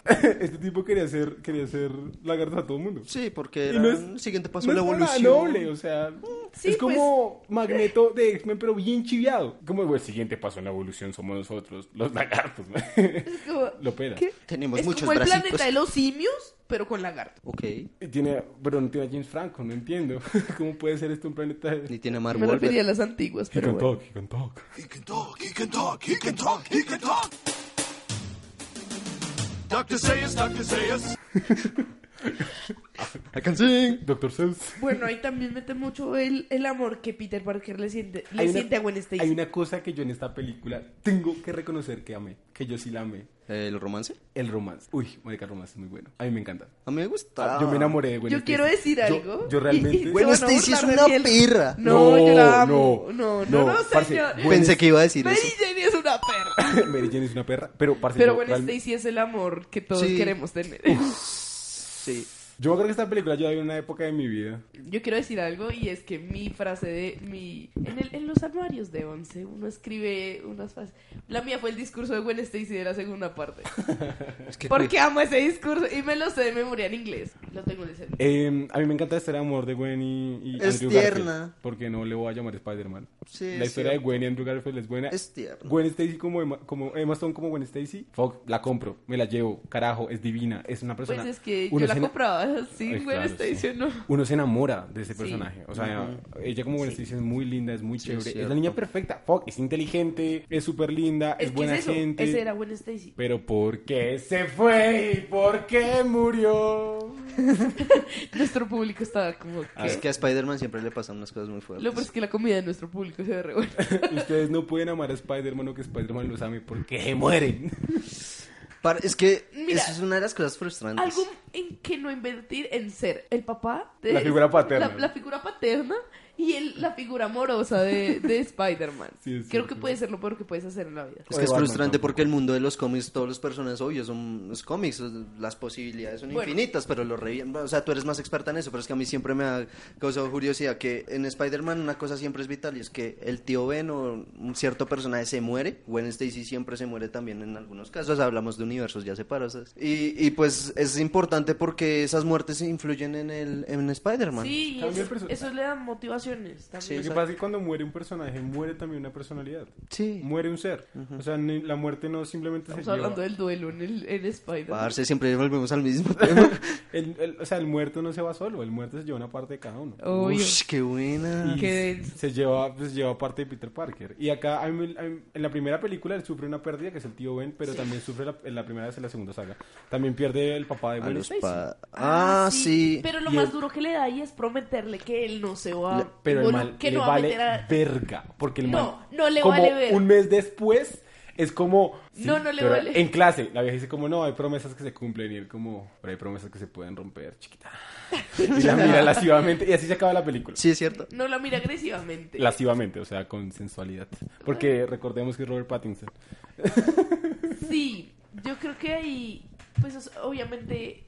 S3: este tipo quería ser, quería ser lagarto a todo el mundo.
S4: Sí, porque
S3: Y
S4: era
S3: no
S4: el
S3: es-
S4: siguiente paso de la
S3: no es nada
S4: evolución.
S3: noble, o sea,
S5: Sí, pues,
S3: es como Magneto de X-Men, pero bien chiviado. Como el siguiente paso en la evolución somos nosotros, los lagartos. ¿no?
S5: es como-
S3: Lo peda.
S5: ¿Qué?
S4: Tenemos
S5: Es
S4: muchos
S5: como el
S4: bracitos.
S5: planeta de los simios, pero con lagarto.
S4: Ok,
S3: Y tiene, pero no tiene a James Franco, no entiendo. ¿Cómo puede ser esto un planeta? de-
S4: ni tiene a Mark
S5: Me
S4: Wahlberg.
S5: refería a las antiguas,
S3: He
S5: pero
S3: can
S5: bueno.
S3: talk, he can talk.
S7: He can talk, he can talk, he can talk, he can talk. Dr. Sayers, Dr. Sayers.
S4: I can sing.
S3: Doctor Seuss.
S5: Bueno, ahí también mete mucho el, el amor que Peter Parker le siente, le
S3: Hay una-
S5: siente a Gwen Stacy.
S3: Hay una cosa que yo en esta película tengo que reconocer que amé, que yo sí la amé.
S4: ¿El romance?
S3: El romance. Uy, marica, el romance es muy bueno. A mí me encanta. Ah,
S4: A mí me gusta.
S3: Yo me enamoré de Gwen
S5: Yo
S3: Stacy.
S5: quiero decir
S3: Yo-
S5: algo.
S3: Yo, realmente...
S5: Y- y-
S4: Gwen
S5: Se van a
S4: Stacy este es
S5: burlar
S4: una
S5: de él.
S4: perra.
S5: No, yo la amo.
S3: No,
S5: No, no,
S3: no,
S5: no,
S3: parce,
S5: señor.
S3: Gwen-
S4: Pensé que iba a decir
S5: Mary
S4: eso.
S5: Jane es una perra.
S3: Mary Jane es una perra, pero parce,
S5: Pero
S3: yo,
S5: Gwen
S3: realme-
S5: Stacy es el amor que todos
S4: Sí.
S5: queremos tener.
S4: Sí.
S3: yo me acuerdo que esta película yo la vi en una época de mi vida.
S5: Yo quiero decir algo y es que mi frase de mi en, el- en los anuarios de once uno escribe unas frases. La mía fue el discurso de Gwen Stacy de la segunda parte.
S4: Es que
S3: pues
S5: Porque amo ese discurso y me lo sé de memoria en inglés. Lo tengo en el celular.
S3: Eh, a mí me encanta esta historia de amor de Gwen y, y
S4: Es
S3: Andrew
S4: tierna.
S3: Garfield. Porque no le voy a llamar Spider-Man.
S4: Sí,
S3: la
S4: es
S3: historia de
S4: cierto.
S3: Gwen y Andrew Garfield es buena.
S4: Es tierna.
S3: Gwen Stacy como Emma, como Emma Stone como Gwen Stacy. Fuck, la compro, me la llevo, carajo, es divina, es una
S5: Pues
S3: persona.
S5: es que
S3: Uno
S5: yo la
S3: se ena-
S5: compraba sin
S3: Ay,
S5: Gwen
S3: claro,
S5: Stacy
S3: sí.
S5: o no.
S3: Uno se enamora de ese
S5: Sí.
S3: personaje. O sea, ella como Gwen Stacy es muy linda, es muy
S4: es
S3: chévere. Es, la
S4: cierto.
S3: niña perfecta. Fuck, es inteligente, es súper linda, es,
S5: Es, que
S3: buena
S5: es eso.
S3: gente.
S5: Ese era Gwen Stacy.
S3: Pero ¿por qué se fue y por qué murió?
S5: Nuestro público estaba como que-
S4: Es que a Spider-Man siempre le pasan unas cosas muy fuertes.
S5: Lo peor es que la comida de nuestro público se ve re buena.
S3: Ustedes no pueden amar a Spider-Man o que Spider-Man los ame porque mueren.
S4: Par- es que
S5: Mira,
S4: eso es una de las cosas frustrantes.
S5: Algo en que no invertir en ser el papá de
S3: La figura paterna.
S5: La, la figura paterna y el- la figura amorosa de, de Spider-Man.
S3: Sí, es
S5: Creo
S3: cierto.
S5: que puede ser lo peor que puedes hacer en la vida.
S4: Es
S3: O
S4: que
S3: de
S4: es
S3: Batman
S4: frustrante
S3: tampoco.
S4: porque el mundo de los cómics, todos los personajes, obvio, son los cómics, las posibilidades son
S5: Bueno.
S4: infinitas, pero lo re... O sea, tú eres más experta en eso, pero es que a mí siempre me ha causado curiosidad que en Spider-Man una cosa siempre es vital y es que el tío Ben o un cierto personaje se muere, Gwen Stacy siempre se muere también en algunos casos, hablamos de universos ya separados. Y, y pues es importante porque esas muertes influyen en, el, en Spider-Man.
S5: Sí, y
S3: Cambia el
S5: eso,
S3: personaje.
S5: eso le da motivaciones
S3: Lo
S5: también.
S3: que pasa es que cuando muere un personaje, muere también una personalidad.
S4: Sí.
S3: Muere un ser. O sea, ni- la muerte no simplemente
S5: Estamos
S3: se lleva.
S5: hablando del duelo en, el- en Spider-Man.
S4: Parce, siempre volvemos al mismo tema.
S3: El- el- o sea, el muerto no se va solo, el muerto se lleva una parte de cada uno.
S5: Obvio.
S4: Ush, qué buena.
S5: Qué denso.
S3: Se lleva, pues, lleva parte de Peter Parker. Y acá, a mí me- a mí- en la primera película, él sufre una pérdida, que es el tío Ben, pero también sufre la- en la primera vez en la segunda saga. También pierde el papá de
S4: A
S3: Gwen
S4: los
S3: Stacy.
S4: pa- Ah, sí.
S5: Pero lo
S3: Y
S5: más
S3: el-
S5: duro que le da ahí es prometerle que él no se va
S3: Le- pero el
S5: involu-
S3: mal
S5: que
S3: le
S5: no va a
S3: vale
S5: meter a...
S3: verga. Porque el
S5: No,
S3: mal.
S5: no le
S3: como
S5: vale verga.
S3: Un mes después es como.
S5: No, no le
S3: pero
S5: vale.
S3: En clase, la vieja dice como, no, hay promesas que se cumplen. Y él como, pero hay promesas que se pueden romper, chiquita. Y la mira lascivamente. Y así se acaba la película.
S4: Sí, es cierto.
S5: No la mira agresivamente.
S3: Lascivamente, o sea, con sensualidad. Porque recordemos que es Robert Pattinson.
S5: Sí, yo creo que ahí, pues o sea, obviamente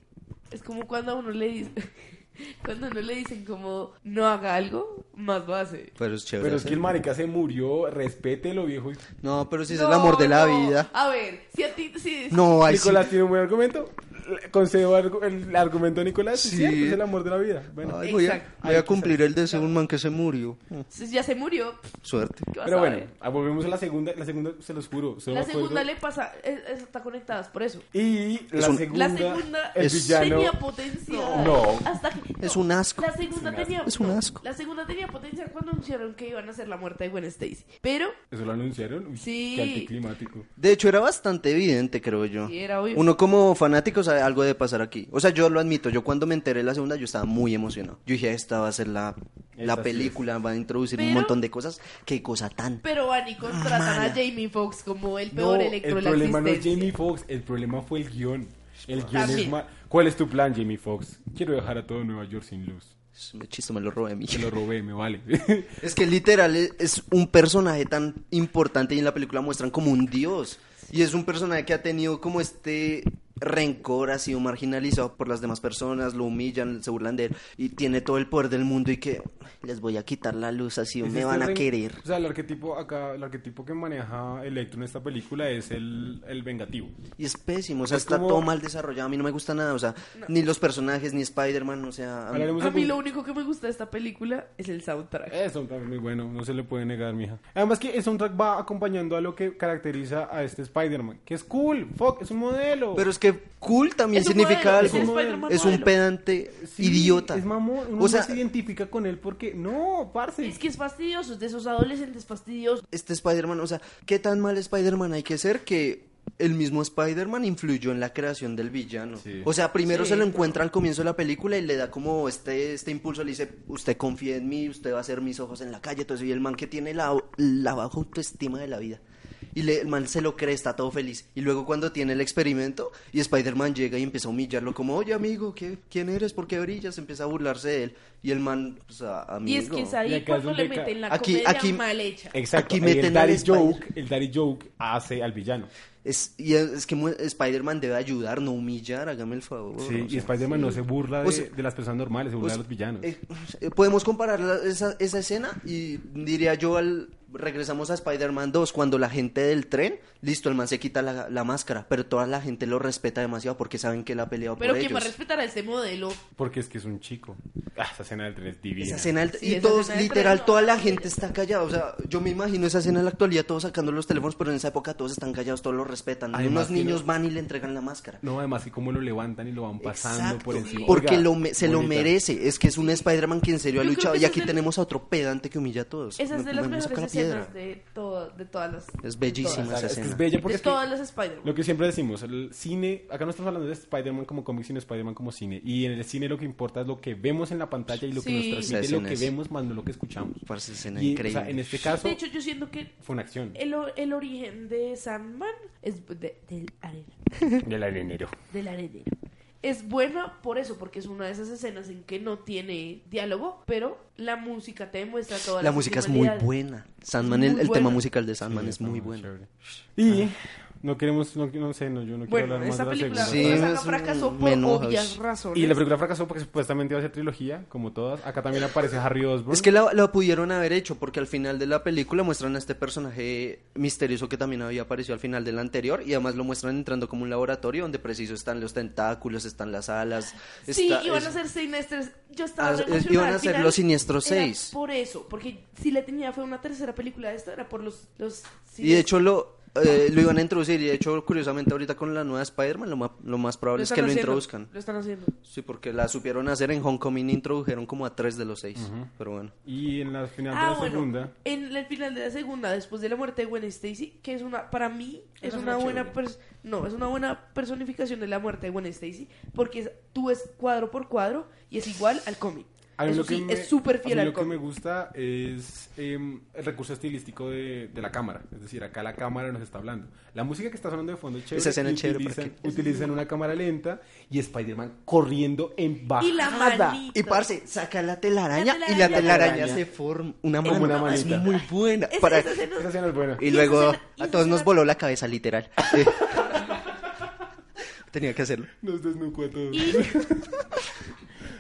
S5: es como cuando a uno le dice, cuando a uno le dicen como no haga algo, más lo hace.
S4: Pero es chévere.
S3: Pero es
S4: ¿sí?
S3: que el marica se murió, respételo, viejo.
S4: No, pero si Pues es
S5: No,
S4: el amor de la
S5: no. Ah,
S4: vida.
S5: A ver, si a ti, si,
S4: No, hay
S3: Nicolás tiene un buen argumento. Le Concedo argu- el argumento a Nicolás. Sí.
S4: Sí.
S3: cierto, es el amor de la vida. Bueno,
S4: voy a,
S5: Exacto.
S4: voy a cumplir el deseo de un man que se murió.
S5: si ya se murió,
S4: Suerte.
S5: ¿qué vas
S3: pero
S5: a
S3: bueno,
S5: ver?
S3: ah, volvemos a la segunda. La segunda, se los juro. solo me
S5: eh. La
S3: acuerdo-
S5: segunda le pasa, es- es- está conectadas por eso.
S3: Y la
S4: un-
S3: segunda,
S5: la segunda
S3: el
S4: es-
S3: villano.
S5: tenía potencial.
S3: No.
S5: Hasta que-
S4: Es
S5: no.
S4: un asco.
S5: La segunda tenía
S4: Es un
S5: no,
S4: asco.
S5: La segunda tenía potencial cuando anunciaron que iban a hacer la muerte de Gwen Stacy, pero
S3: ¿Eso lo anunciaron? Uy,
S5: Sí.
S3: Qué anticlimático.
S4: De hecho, era bastante evidente, creo yo.
S5: Sí, era obvio.
S4: Uno como fanático sabe algo de pasar aquí. O sea, yo lo admito. Yo cuando me enteré la segunda, yo estaba muy emocionado. Yo dije, esta va a ser la,
S3: Esta sí
S4: la película, va a introducir
S5: Pero-
S4: un montón de cosas. Qué cosa tan...
S5: Pero van y contratan a Jamie Foxx como el peor
S3: No,
S5: electro
S3: el
S5: de la
S3: problema no es
S5: existencia.
S3: Jamie Foxx, el problema fue el guión. El guión es
S5: También.
S3: mal. ¿Cuál es tu plan, Jamie Foxx? Quiero dejar a todo Nueva York sin luz.
S4: Me chisto, me lo robé a mí.
S3: Te lo robé, me vale.
S4: Es que literal es, es un personaje tan importante y en la película muestran como un dios. Y es un personaje que ha tenido como este rencor, ha sido marginalizado por las demás personas, lo humillan, se burlan de él y tiene todo el poder del mundo y que les voy a quitar la luz así o
S3: Es
S4: me
S3: este
S4: van a
S3: ren-
S4: querer.
S3: O sea, el arquetipo acá, el arquetipo que maneja Electro en esta película es el, el vengativo.
S4: Y es pésimo, o sea,
S3: Es
S4: está
S3: como-
S4: todo mal desarrollado, a mí no me gusta nada, o sea, ni los personajes, ni Spider-Man, o sea... a mí-
S3: Hablaremos
S5: A
S3: algún-
S5: mí lo único que me gusta de esta película es el soundtrack.
S3: Eso también muy bueno, no se le puede negar, mija. Además que el soundtrack va acompañando a lo que caracteriza a este Spider-Man, que es cool, fuck, es un modelo.
S4: Pero es que cool también
S5: Es un
S4: significa
S5: modelo,
S4: algo.
S5: es
S4: Es,
S5: un Spider-Man
S4: un
S5: modelo.
S4: pedante
S3: Sí,
S4: idiota.
S3: Es mamón, uno
S4: o sea,
S3: no se identifica con él porque no, parce.
S5: Es que es fastidioso, es de esos adolescentes fastidiosos.
S4: este Spider-Man, o sea, ¿qué tan mal Spider-Man hay que ser que el mismo Spider-Man influyó en la creación del villano?
S3: Sí.
S4: O sea, primero
S5: Sí,
S4: se lo encuentra al comienzo de la película y le da como este, este impulso, le dice, usted confía en mí, usted va a ser mis ojos en la calle, todo eso, y el man que tiene la, la baja autoestima de la vida. Y le- el man se lo cree, está todo feliz. Y luego cuando tiene el experimento y Spider-Man llega y empieza a humillarlo como, oye amigo, ¿qué, ¿quién eres? ¿Por qué brillas? Empieza a burlarse de él. Y el man, o sea, amigo.
S5: Y es que es
S3: Y
S5: ahí
S3: acá es
S5: cuando
S3: donde
S5: le
S3: ca-
S5: meten la
S4: Aquí-
S5: comedia
S4: aquí- eh,
S5: mal hecha.
S3: Exacto,
S4: Aquí
S3: ahí el
S4: meten al
S3: Daddy
S4: Spider-
S3: Joke, el Daddy Joke hace al villano.
S4: Es, y es es que mu- Spider-Man debe ayudar, no humillar, hágame el favor.
S3: Sí,
S4: o
S3: y
S4: sea.
S3: Spider-Man no se burla de,
S4: O sea-
S3: de las personas normales, se burla de los villanos.
S4: Eh, eh, podemos comparar la- esa, esa escena y diría yo al regresamos a Spider-Man 2 cuando la gente del tren, listo, el man se quita la, la máscara, pero toda la gente lo respeta demasiado porque saben que él ha peleado
S5: Pero
S4: por
S5: quien va a
S4: ellos.
S5: respetar a este modelo.
S3: Porque es que es un chico. Ah, esa escena del tren es divina.
S4: Esa escena del-
S5: Sí,
S4: y
S5: esa
S4: todos,
S5: escena del tren,
S4: literal,
S5: no,
S4: toda la
S5: no,
S4: gente está callada. O sea, yo me imagino esa escena en la actualidad, todos sacando los teléfonos, pero en esa época todos están callados, todos lo respetan.
S3: Además
S4: Unos
S3: que no-
S4: niños van y le entregan la máscara.
S3: No, además que cómo lo levantan y lo van pasando
S4: Exacto,
S3: por encima.
S4: Porque
S3: Oiga,
S4: lo me- se lo
S3: bonita.
S4: merece. Es que es un Spider-Man que en serio ha
S5: Yo creo
S4: luchado.
S5: que
S4: Y
S5: esa
S4: aquí
S5: es de-
S4: tenemos a otro pedante que humilla a todos.
S5: Esa es
S4: No-
S5: de las
S4: no nos
S5: mejores
S4: saca la
S5: escenas
S4: piedra.
S5: de, todo, de todas las...
S4: Es
S5: de
S4: bellísima
S5: todas.
S4: esa
S3: Es que es
S4: escena.
S3: bella porque
S5: De
S3: es que
S5: todas las Spider-Man.
S3: lo que siempre decimos, el cine, acá no estamos hablando de Spider-Man como cómic, sino Spider-Man como cine. Y en el cine lo que importa es lo que vemos en la pantalla y lo que
S5: Sí.
S3: nos transmite,
S4: Esa
S3: lo
S4: escena
S3: que
S4: es-
S3: vemos más no lo que escuchamos.
S4: Parce, escena
S3: Y,
S4: increíble.
S3: O sea, en este caso
S5: De hecho, yo siento que
S3: fue una acción
S5: el, o- el origen de Sandman es de- del arena.
S3: del arenero.
S5: del arenero. Es buena por eso, porque es una de esas escenas en que no tiene diálogo, pero la música te demuestra toda la
S4: La música es muy
S5: sensualidad.
S4: buena. Sandman, el,
S5: Muy
S4: el tema
S5: buena.
S4: musical de Sandman
S3: Sí,
S4: es
S3: está
S4: muy bueno.
S3: chévere. Y no queremos, no, no sé, no, yo no quiero
S5: Bueno,
S3: hablar más
S5: esta
S3: de la
S5: película
S3: segunda.
S4: Sí,
S5: esta
S4: es un-
S5: fracasó por
S4: me enoja,
S5: obvias
S4: ush.
S5: razones.
S3: Y la película fracasó porque supuestamente iba a ser trilogía, como todas. Acá también aparece Harry Osborn.
S4: Es que la, la pudieron haber hecho porque al final de la película muestran a este personaje misterioso que también había aparecido al final del anterior y además lo muestran entrando como un laboratorio donde preciso están los tentáculos, están las alas.
S5: Sí,
S4: está-
S5: iban
S4: es-
S5: a ser siniestros. Yo estaba
S4: Ah,
S5: re
S4: eh,
S5: emocionada.
S4: iban a
S5: Al
S4: ser
S5: final,
S4: Los Siniestros
S5: era
S4: seis.
S5: Por eso, porque si la tenía fue una tercera película de esta, era por los... los
S4: Y de hecho lo, eh, lo iban a introducir y de hecho curiosamente ahorita con la nueva Spider-Man lo, ma- lo más probable es
S5: están
S4: que lo
S5: haciendo,
S4: introduzcan.
S5: Lo están haciendo.
S4: Sí, porque la supieron hacer en Homecoming introdujeron como a tres de los seis. Pero bueno.
S3: Y en la final de
S5: Ah,
S3: la
S5: bueno,
S3: segunda.
S5: en el final de la segunda, después de la muerte de Gwen Stacy, que es una, para mí, es una buena, pers- no, es una buena personificación de la muerte de Gwen Stacy, porque es- tú es cuadro por cuadro y es igual al cómic.
S3: A mí
S5: Eso
S3: lo que
S5: sí,
S3: me-
S5: es súper fiel
S3: a mí
S5: al
S3: Lo que me
S5: cómic.
S3: gusta es em, el recurso estilístico de, de la cámara. Es decir, acá la cámara nos está hablando. La música que está sonando de fondo es chévere.
S4: Esa escena
S3: y
S4: es chévere
S3: utilizan,
S4: porque-
S3: utilizan una cámara lenta y Spider-Man corriendo en bajada.
S5: Y la manita.
S4: Y parce, saca la telaraña,
S5: La
S4: y la
S5: telaraña.
S4: telaraña se forma una
S3: Como
S4: mano.
S3: una
S4: es
S3: manita.
S4: muy buena.
S5: Esa-
S4: Para-
S5: esa escena-
S3: Esa escena es buena.
S4: Y
S5: esa
S4: luego
S5: escena- y
S4: a
S5: esa
S4: todos nos
S5: escena-
S4: voló la cabeza, literal. Eh. Tenía que hacerlo.
S3: Nos desnucó a todos.
S5: Y-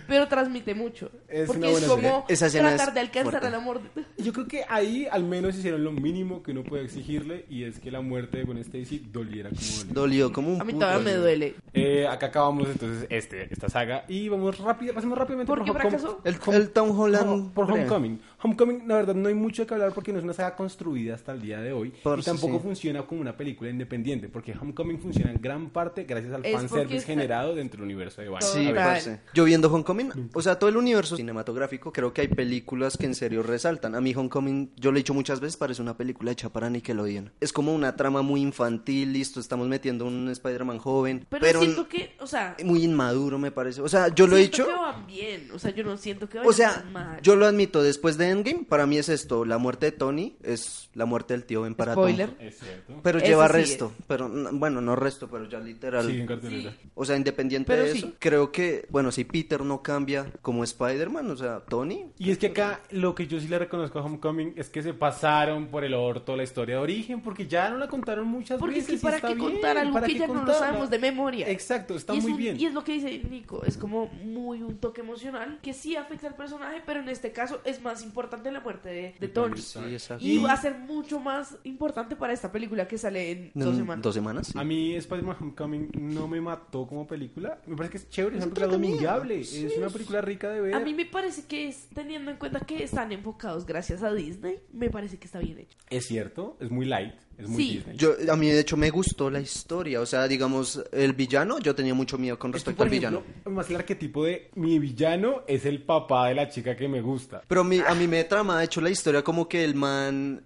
S5: pero transmite mucho.
S3: Es una
S5: porque es
S3: buena
S5: como
S4: escena. Esa escena
S5: tratar
S4: es
S5: de alcanzar
S4: fuerte.
S5: al amor. de-
S3: Yo creo que ahí al menos hicieron lo mínimo que uno puede exigirle y es que la muerte de Gwen Stacy doliera como dolió.
S4: Dolió como un
S5: A mí
S4: puto,
S5: todavía me
S4: ¿no?
S5: duele.
S3: Eh, acá acabamos entonces este, esta saga y vamos rápido, pasemos rápidamente
S5: ¿Por qué
S3: Home-
S5: fracasó?
S4: El,
S3: Home-
S4: el Tom Holland.
S3: No, por
S4: breve.
S3: Homecoming. Homecoming, la verdad, no hay mucho que hablar porque no es una saga construida hasta el día de hoy.
S4: Por
S3: y
S4: eso
S3: tampoco
S4: sí.
S3: funciona como una película independiente, porque Homecoming funciona en gran parte gracias al
S5: Es porque
S3: fanservice
S5: está-
S3: generado dentro del universo de Batman.
S4: Sí,
S5: Total.
S4: parce. Yo viendo Homecoming también, o sea, todo el universo cinematográfico, creo que hay películas que en serio resaltan. A mí Homecoming, yo lo he dicho muchas veces, parece una película hecha para Nickelodeon. Es como una trama muy infantil, listo, estamos metiendo un Spider-Man joven,
S5: Pero,
S4: pero,
S5: siento que, o sea,
S4: muy inmaduro me parece. O sea, yo lo he
S5: siento
S4: dicho...
S5: que van bien, o sea, yo no siento que vayan
S4: O sea,
S5: mal.
S4: yo lo admito, después de Endgame, para mí es esto, la muerte de Tony es la muerte del tío Ben para Tom.
S5: Spoiler.
S3: Es cierto.
S4: Pero
S5: Eso
S4: lleva
S5: sí.
S4: resto, pero n- bueno, no resto, pero ya literal.
S3: Sigue en cartelera.
S4: O sea, independiente
S5: Pero
S4: de
S5: sí.
S4: eso, creo que, bueno, si Peter no cambia como Spider-Man, o sea, Tony,
S3: Y es que acá lo que yo sí le reconozco a Homecoming es que se pasaron por el orto la historia de origen porque ya no la contaron muchas
S5: Porque es
S3: veces.
S5: que
S3: y
S5: para
S3: está
S5: qué
S3: bien,
S5: contar algo
S3: ¿para
S5: que
S3: qué
S5: ya no lo
S3: contarla?
S5: sabemos de memoria.
S3: Exacto, está
S5: Y es
S3: muy
S5: un-
S3: bien.
S5: Y es lo que dice Nico, es como muy un toque emocional que sí afecta al personaje, pero en este caso es más importante la muerte de, de Tony.
S4: sí, exacto.
S5: Y va a ser mucho más importante para esta película que sale en dos
S4: Mm,
S5: semanas.
S4: Dos semanas. sí.
S3: A mí Spider-Man Homecoming no me mató como película. Me parece que es chévere, es
S4: Es
S3: una película
S4: entretenida.
S3: domingueable.
S4: Sí,
S3: es una
S4: es-
S3: película rica de ver.
S5: A mí me parece que es, teniendo en cuenta que están enfocados gracias a Disney, me parece que está bien hecho.
S3: Es cierto, es muy light, es muy
S5: Sí.
S3: Disney.
S4: Yo, a mí, de hecho, me gustó la historia. O sea, digamos, el villano, yo tenía mucho miedo con
S3: Es que,
S4: respecto
S3: por
S4: al
S3: ejemplo,
S4: villano.
S3: Más el arquetipo de mi villano es el papá de la chica que me gusta.
S4: Pero mi- a mí me trama, de hecho, la historia como que el man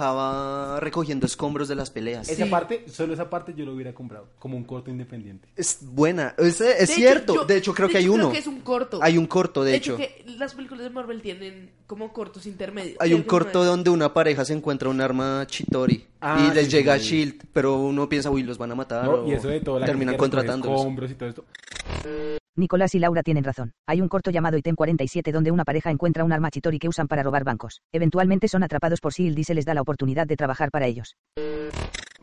S4: trabajaba recogiendo escombros de las peleas.
S3: Esa parte, solo esa parte yo lo hubiera comprado, como un corto independiente.
S4: Es buena, es, es
S5: De hecho,
S4: cierto.
S5: yo-
S4: de hecho, creo
S5: de
S4: que hay
S5: hecho, creo
S4: uno.
S5: que es un corto.
S4: Hay un corto, de,
S5: De
S4: hecho.
S5: hecho, que las películas de Marvel tienen como cortos intermedios.
S4: Hay un
S5: Creo que
S4: corto
S5: no es-
S4: donde una pareja se encuentra un arma Chitori
S3: Ah,
S4: y les
S3: sí,
S4: llega
S3: sí.
S4: Shield, pero uno piensa, uy, los van a matar.
S3: ¿no?
S4: o
S3: Y eso de todo, la gente
S4: terminan
S3: que recoge
S4: contratándolos.
S3: escombros y todo esto.
S6: Nicolás y Laura tienen razón. Hay un corto llamado Item 47 donde una pareja encuentra un arma Chitori que usan para robar bancos. Eventualmente son atrapados por Shield y se les da la oportunidad de trabajar para ellos.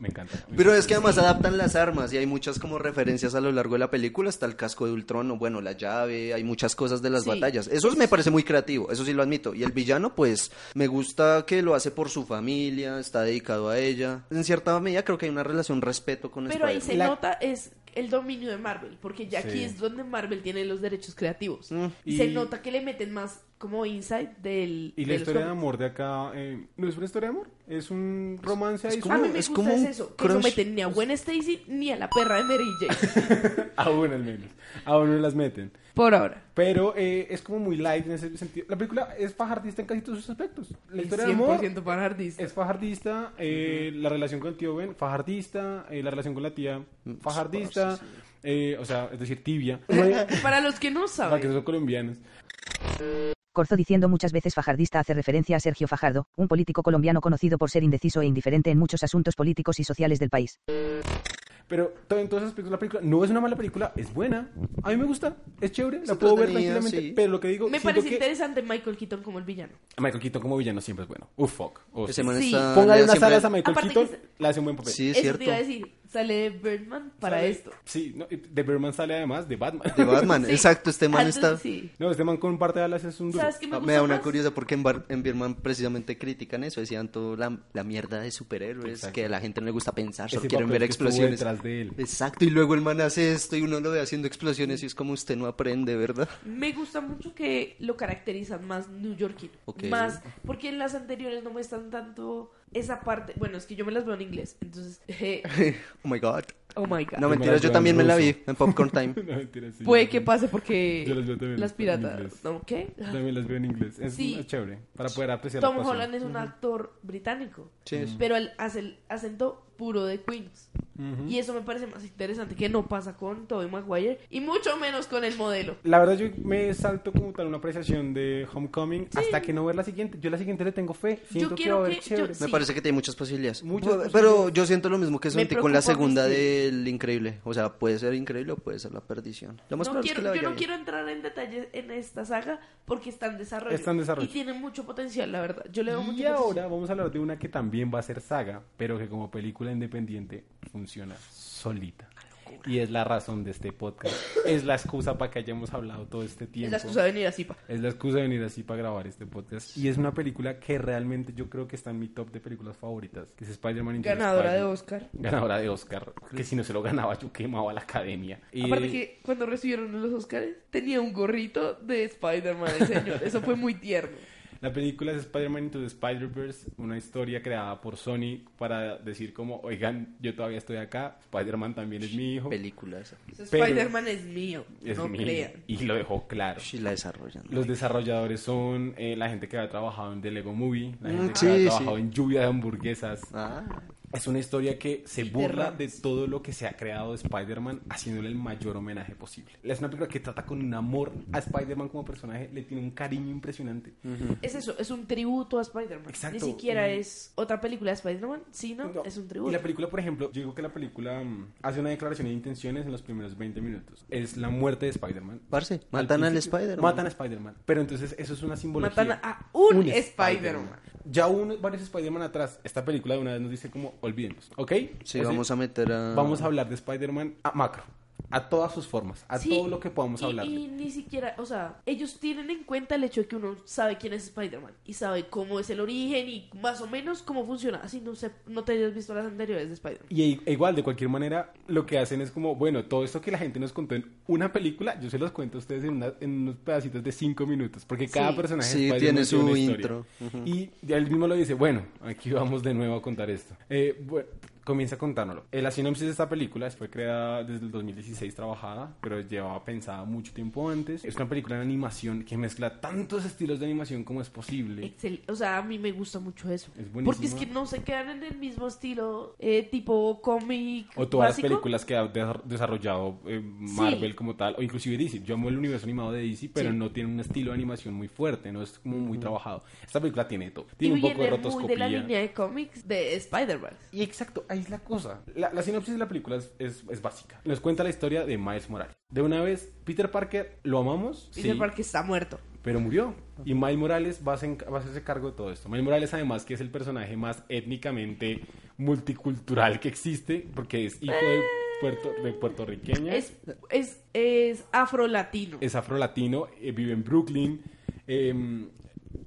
S3: Me encanta.
S4: Pero es que además adaptan las armas y hay muchas como referencias a lo largo de la película, está el casco de Ultron o bueno, la llave, hay muchas cosas de las
S5: Sí.
S4: batallas. Eso me parece muy creativo, eso sí lo admito. Y el villano pues me gusta que lo hace por su familia, está dedicado a ella. En cierta medida creo que hay una relación respeto con
S5: Pero ahí se
S4: Spider-Man.
S5: nota es el dominio de Marvel, porque ya aquí
S3: Sí.
S5: es donde Marvel tiene los derechos creativos.
S4: Mm.
S3: Y-
S5: Y se nota que le meten más como insight del...
S3: Y
S5: de
S3: la
S5: los
S3: historia de
S5: cómics.
S3: amor de acá, eh, ¿no es una historia de amor? Es un romance ahí.
S4: es
S5: A mí me
S4: es
S5: gusta
S4: como
S5: es
S4: un
S5: eso, que no
S4: crush.
S5: meten ni a Gwen Stacy ni a la perra de Mary Jane,
S3: Aún al menos. Aún no las meten.
S5: por ahora.
S3: Pero eh, es como muy light en ese sentido. La película es fajardista en casi todos sus aspectos. La historia de amor
S5: 100% para Hardis.
S3: es fajardista. eh, La relación con el tío Ben, fajardista. eh, la relación con la
S4: Mm,
S3: tía, fajardista. eh, o sea, es decir, tibia.
S5: Para los que no
S3: Para que
S5: saben,
S3: son colombianos.
S6: Corzo diciendo muchas veces fajardista hace referencia a Sergio Fajardo, un político colombiano conocido por ser indeciso e indiferente en muchos asuntos políticos y sociales del país.
S3: Pero todo, en todos esos aspectos, la película no es una mala película, es buena. A mí me gusta, es chévere, la
S4: Es
S3: puedo ver
S4: entretenida,
S3: tranquilamente.
S4: pues, sí.
S3: Pero lo que digo,
S5: me
S3: siento
S5: parece
S3: que
S5: interesante Michael Keaton como el villano.
S3: Michael Keaton como villano siempre es bueno. Uf, fuck. Oh,
S4: Ese
S3: sí.
S4: man
S5: Sí.
S4: está-
S3: Póngale
S4: le da
S3: unas
S4: siempre-
S3: alas a Michael
S5: Aparte
S3: Keaton,
S5: que es-
S3: la hace un buen papel.
S4: Sí, es
S5: Eso te
S4: cierto.
S5: iba a decir, sale Birdman para
S3: Sale-
S5: esto.
S3: Sí, no, y de Birdman sale además de Batman.
S4: De Batman,
S5: Sí.
S4: exacto, este man
S5: Antes-
S4: está...
S5: sí.
S3: No, este man con un par de alas es un duro.
S5: ¿Sabes qué me
S4: Ah,
S5: gusta
S4: Me da una
S5: más?
S4: curiosa porque en, Bar- en Birman precisamente critican eso, decían toda la, la mierda de superhéroes,
S3: Exacto.
S4: que a la gente no le gusta pensar, solo
S3: Ese
S4: quieren
S3: papel
S4: ver
S3: que estuvo
S4: explosiones.
S3: detrás de él.
S4: Exacto, y luego el man hace esto y uno lo ve haciendo explosiones y es como usted no aprende, ¿verdad?
S5: Me gusta mucho que lo caracterizan más neoyorquino.
S4: Ok.
S5: Más, porque en las anteriores no muestran tanto esa parte. Bueno, es que yo me las veo en inglés, entonces. eh,
S4: oh my god.
S5: oh my god.
S4: No,
S3: me
S4: mentiras,
S3: las veo
S4: yo
S3: en
S4: también me la
S3: ruso.
S4: vi en Popcorn Time.
S3: No, mentira, sí,
S5: Puede
S3: yo
S5: que
S3: también-
S5: pase porque
S3: Yo las veo también
S5: las
S3: en
S5: piratas.
S3: inglés.
S5: ¿No? ¿Qué?
S3: También las veo en inglés. Es
S5: Sí.
S3: es chévere para poder apreciar la
S5: Tom
S3: actuación.
S5: Holland es un actor británico,
S4: Sí, es-
S5: pero él hace el acento puro de Queens. Y eso me parece más interesante que no pasa con Tobey Maguire y mucho menos con el modelo.
S3: La verdad yo me salto como tal una apreciación de Homecoming hasta que no ver la siguiente. Yo la siguiente le tengo fe. Siento que
S5: quiero
S3: va a haber
S5: que-
S3: chévere.
S5: yo-
S4: Me
S5: Sí.
S4: parece que tiene muchas posibilidades.
S3: Muchas
S4: Bu- Pero
S3: posibilidades.
S4: yo siento lo mismo que sentí con la
S5: preocupa
S4: segunda
S5: Mystique.
S4: del Increíble. O sea, puede ser increíble o puede ser la perdición. Lo más
S5: No
S4: probable es que
S5: quiero-
S4: le
S5: yo
S4: vaya
S5: no
S4: bien.
S5: quiero entrar en detalles en esta saga porque está en desarrollo.
S3: Está en desarrollo.
S5: Y tiene mucho potencial, la verdad. Yo le veo mucho
S3: Y ahora vamos a hablar de una que también va a ser saga, pero que como película independiente funciona solita. Y es la razón de este podcast. Es la excusa para que hayamos hablado todo este
S5: potencial. Es
S3: tiempo.
S5: la excusa de venir así, pa.
S3: Es la excusa de venir así para grabar este podcast. Y es una película que realmente yo creo que está en mi top de películas favoritas. Que es Spider-Man Into the
S5: Ganadora de
S3: Spider-
S5: Oscar.
S3: Ganadora de Oscar. Que si no se lo ganaba, yo quemaba la academia. Y-
S5: Aparte que cuando recibieron los Oscars tenía un gorrito de Spider-Man el señor. Eso fue muy tierno.
S3: La película es Spider-Man Into the Spider-Verse, una historia creada por Sony para decir como, oigan, yo todavía estoy acá, Spider-Man también es mi hijo.
S4: Película esa.
S3: Pero-
S5: Spider-Man es mío,
S3: es
S5: no
S3: mi hijo",
S5: crean.
S3: Y lo dejó claro.
S4: Sí, la desarrollan.
S3: Los desarrolladores son eh, la gente que había trabajado en The Lego Movie, la
S4: Mm,
S3: gente que
S4: sí,
S3: había
S4: sí.
S3: trabajado en Lluvia de Hamburguesas.
S4: Ah,
S3: Es una historia que se
S5: Y de
S3: burla
S5: Rams.
S3: de todo lo que se ha creado de Spider-Man, haciéndole el mayor homenaje posible. Es una película que trata con un amor a Spider-Man como personaje, le tiene un cariño impresionante.
S5: Es eso, es un tributo a Spider-Man.
S3: Exacto.
S5: Ni siquiera
S3: Mm.
S5: es otra película de Spider-Man, sino
S3: No.
S5: es un
S3: Y
S5: tributo.
S3: la película, por ejemplo, yo digo que la película mm, hace una declaración de intenciones en los primeros 20 minutos. Es la muerte de Spider-Man.
S4: parce, matan al
S3: principio,
S4: Spider-Man.
S3: Matan a Spider-Man. Pero entonces eso es una simbología.
S5: Matan a un,
S3: Spider-Man.
S5: Spider-Man.
S3: Ya hubo unos- varios Spider-Man atrás. Esta película de una vez nos dice como, olvídenlos, ¿ok?
S4: Sí, vamos a meter a...
S3: Vamos a hablar de Spider-Man a macro, a todas sus formas, a
S5: Sí,
S3: todo lo que podamos
S5: y-
S3: hablar.
S5: Y ni siquiera, o sea, ellos tienen en cuenta el hecho de que uno sabe quién es Spider-Man y sabe cómo es el origen y más o menos cómo funciona. Así no sé, no te hayas visto las anteriores de Spider-Man.
S3: Y i- e igual, de cualquier manera, lo que hacen es como, bueno, todo esto que la gente nos contó en una película, yo se los cuento a ustedes en, una- en unos pedacitos de cinco minutos, porque cada
S5: Sí.
S3: personaje
S4: Sí,
S3: de Spider-Man
S4: tiene su
S3: una historia.
S4: intro.
S3: Y ya él mismo lo dice, bueno, aquí vamos de nuevo a contar esto. Eh, bueno, comienza contárnoslo. Eh, la sinopsis de esta película fue creada desde el 2016, trabajada, pero llevaba pensada mucho tiempo antes. Es una película de animación que mezcla tantos estilos de animación como es posible.
S5: Excel- O sea, a mí me gusta mucho eso.
S3: Es buenísima.
S5: Porque es que no se quedan en el mismo estilo, eh, tipo cómic.
S3: O todas
S5: básico.
S3: las películas que ha desa- desarrollado eh, Marvel
S5: Sí.
S3: como tal, o inclusive DC. Yo amo el universo animado de DC, pero
S5: Sí.
S3: no tiene un estilo de animación muy fuerte, no es como muy trabajado. Esta película tiene todo.
S5: Y
S3: Tiene un poco de
S5: viene muy de la
S3: rotoscopía.
S5: línea de cómics de Spider-Man.
S3: y exacto, ahí es la cosa. La, la sinopsis de la película es, es- es básica. Nos cuenta la historia de Miles Morales. De una vez, Peter Parker lo amamos,
S5: Peter
S3: sí,
S5: Parker está muerto.
S3: pero murió. Y Miles Morales va a, hacer- va a hacerse cargo de todo esto. Miles Morales además que es el personaje más étnicamente multicultural que existe, porque es hijo de, puerto, de puertorriqueña.
S5: Es, es, es afrolatino.
S3: es afrolatino, eh, vive en Brooklyn, eh,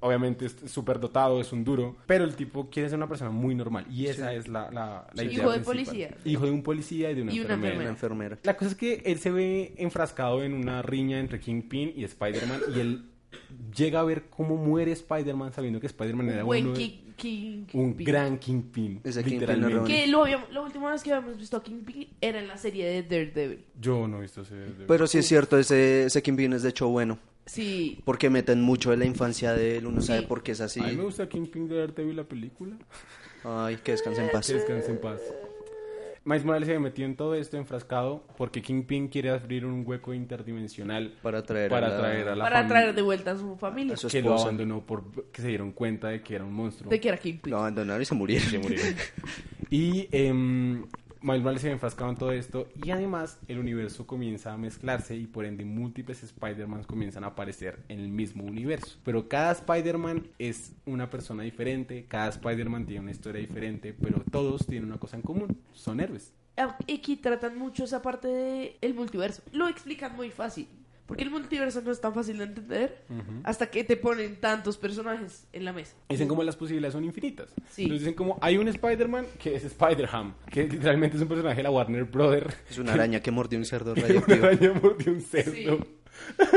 S3: obviamente es súper dotado, es un duro, pero el tipo quiere ser una persona muy normal y esa es la, la, la
S5: Sí.
S3: idea.
S5: Hijo de
S3: principal.
S5: policía.
S3: Hijo de un policía y de una,
S5: Y una
S3: enfermera.
S4: Una
S5: enfermera.
S4: enfermera.
S3: La cosa es que él se ve enfrascado en una riña entre Kingpin y Spider-Man y él llega a ver cómo muere Spider-Man sabiendo que Spider-Man era
S5: un buen
S3: uno de-
S5: King, King-
S3: un
S5: Kingpin.
S3: gran Kingpin.
S4: Ese Kingpin
S3: literalmente.
S4: no lo-
S5: Que lo, habíamos- la última vez que habíamos visto a Kingpin era en la serie de Daredevil.
S3: Yo no he visto ese...
S4: Pero sí es cierto, ese, ese Kingpin es de hecho bueno.
S5: Sí.
S4: Porque meten mucho de la infancia de él, uno sabe
S5: Sí.
S4: por qué es así.
S3: A mí me gusta Kingpin de verte vi la película.
S4: Ay, que descanse en paz.
S3: Que descanse en paz. Miles Morales se metió en todo esto enfrascado porque Kingpin quiere abrir un hueco interdimensional
S4: Para traer
S3: para
S4: a la-
S3: traer a la
S5: para
S3: fami-
S5: traer de vuelta a su familia.
S4: a su
S3: que lo
S4: esposa.
S3: abandonó por que se dieron cuenta de que era un monstruo.
S5: De que era Kingpin.
S4: Lo abandonaron y se murieron.
S3: Se murieron. y em, Miles Morales se enfrascado en todo esto y además el universo comienza a mezclarse y por ende múltiples Spider-Man comienzan a aparecer en el mismo universo. Pero cada Spider-Man es una persona diferente, cada Spider-Man tiene una historia diferente, pero todos tienen una cosa en común, son héroes.
S5: Ah, Aquí tratan mucho esa parte del multiverso. Lo explican muy fácil. Porque el multiverso no es tan fácil de entender hasta que te ponen tantos personajes en la mesa.
S3: Dicen como las posibilidades son infinitas.
S5: Sí.
S3: Entonces dicen como hay un Spider-Man que es Spider-Ham, que literalmente es un personaje de la Warner Brother.
S4: Es una araña que mordió un cerdo
S3: Una
S4: radioactivo.
S3: araña mordió un cerdo.
S5: Sí.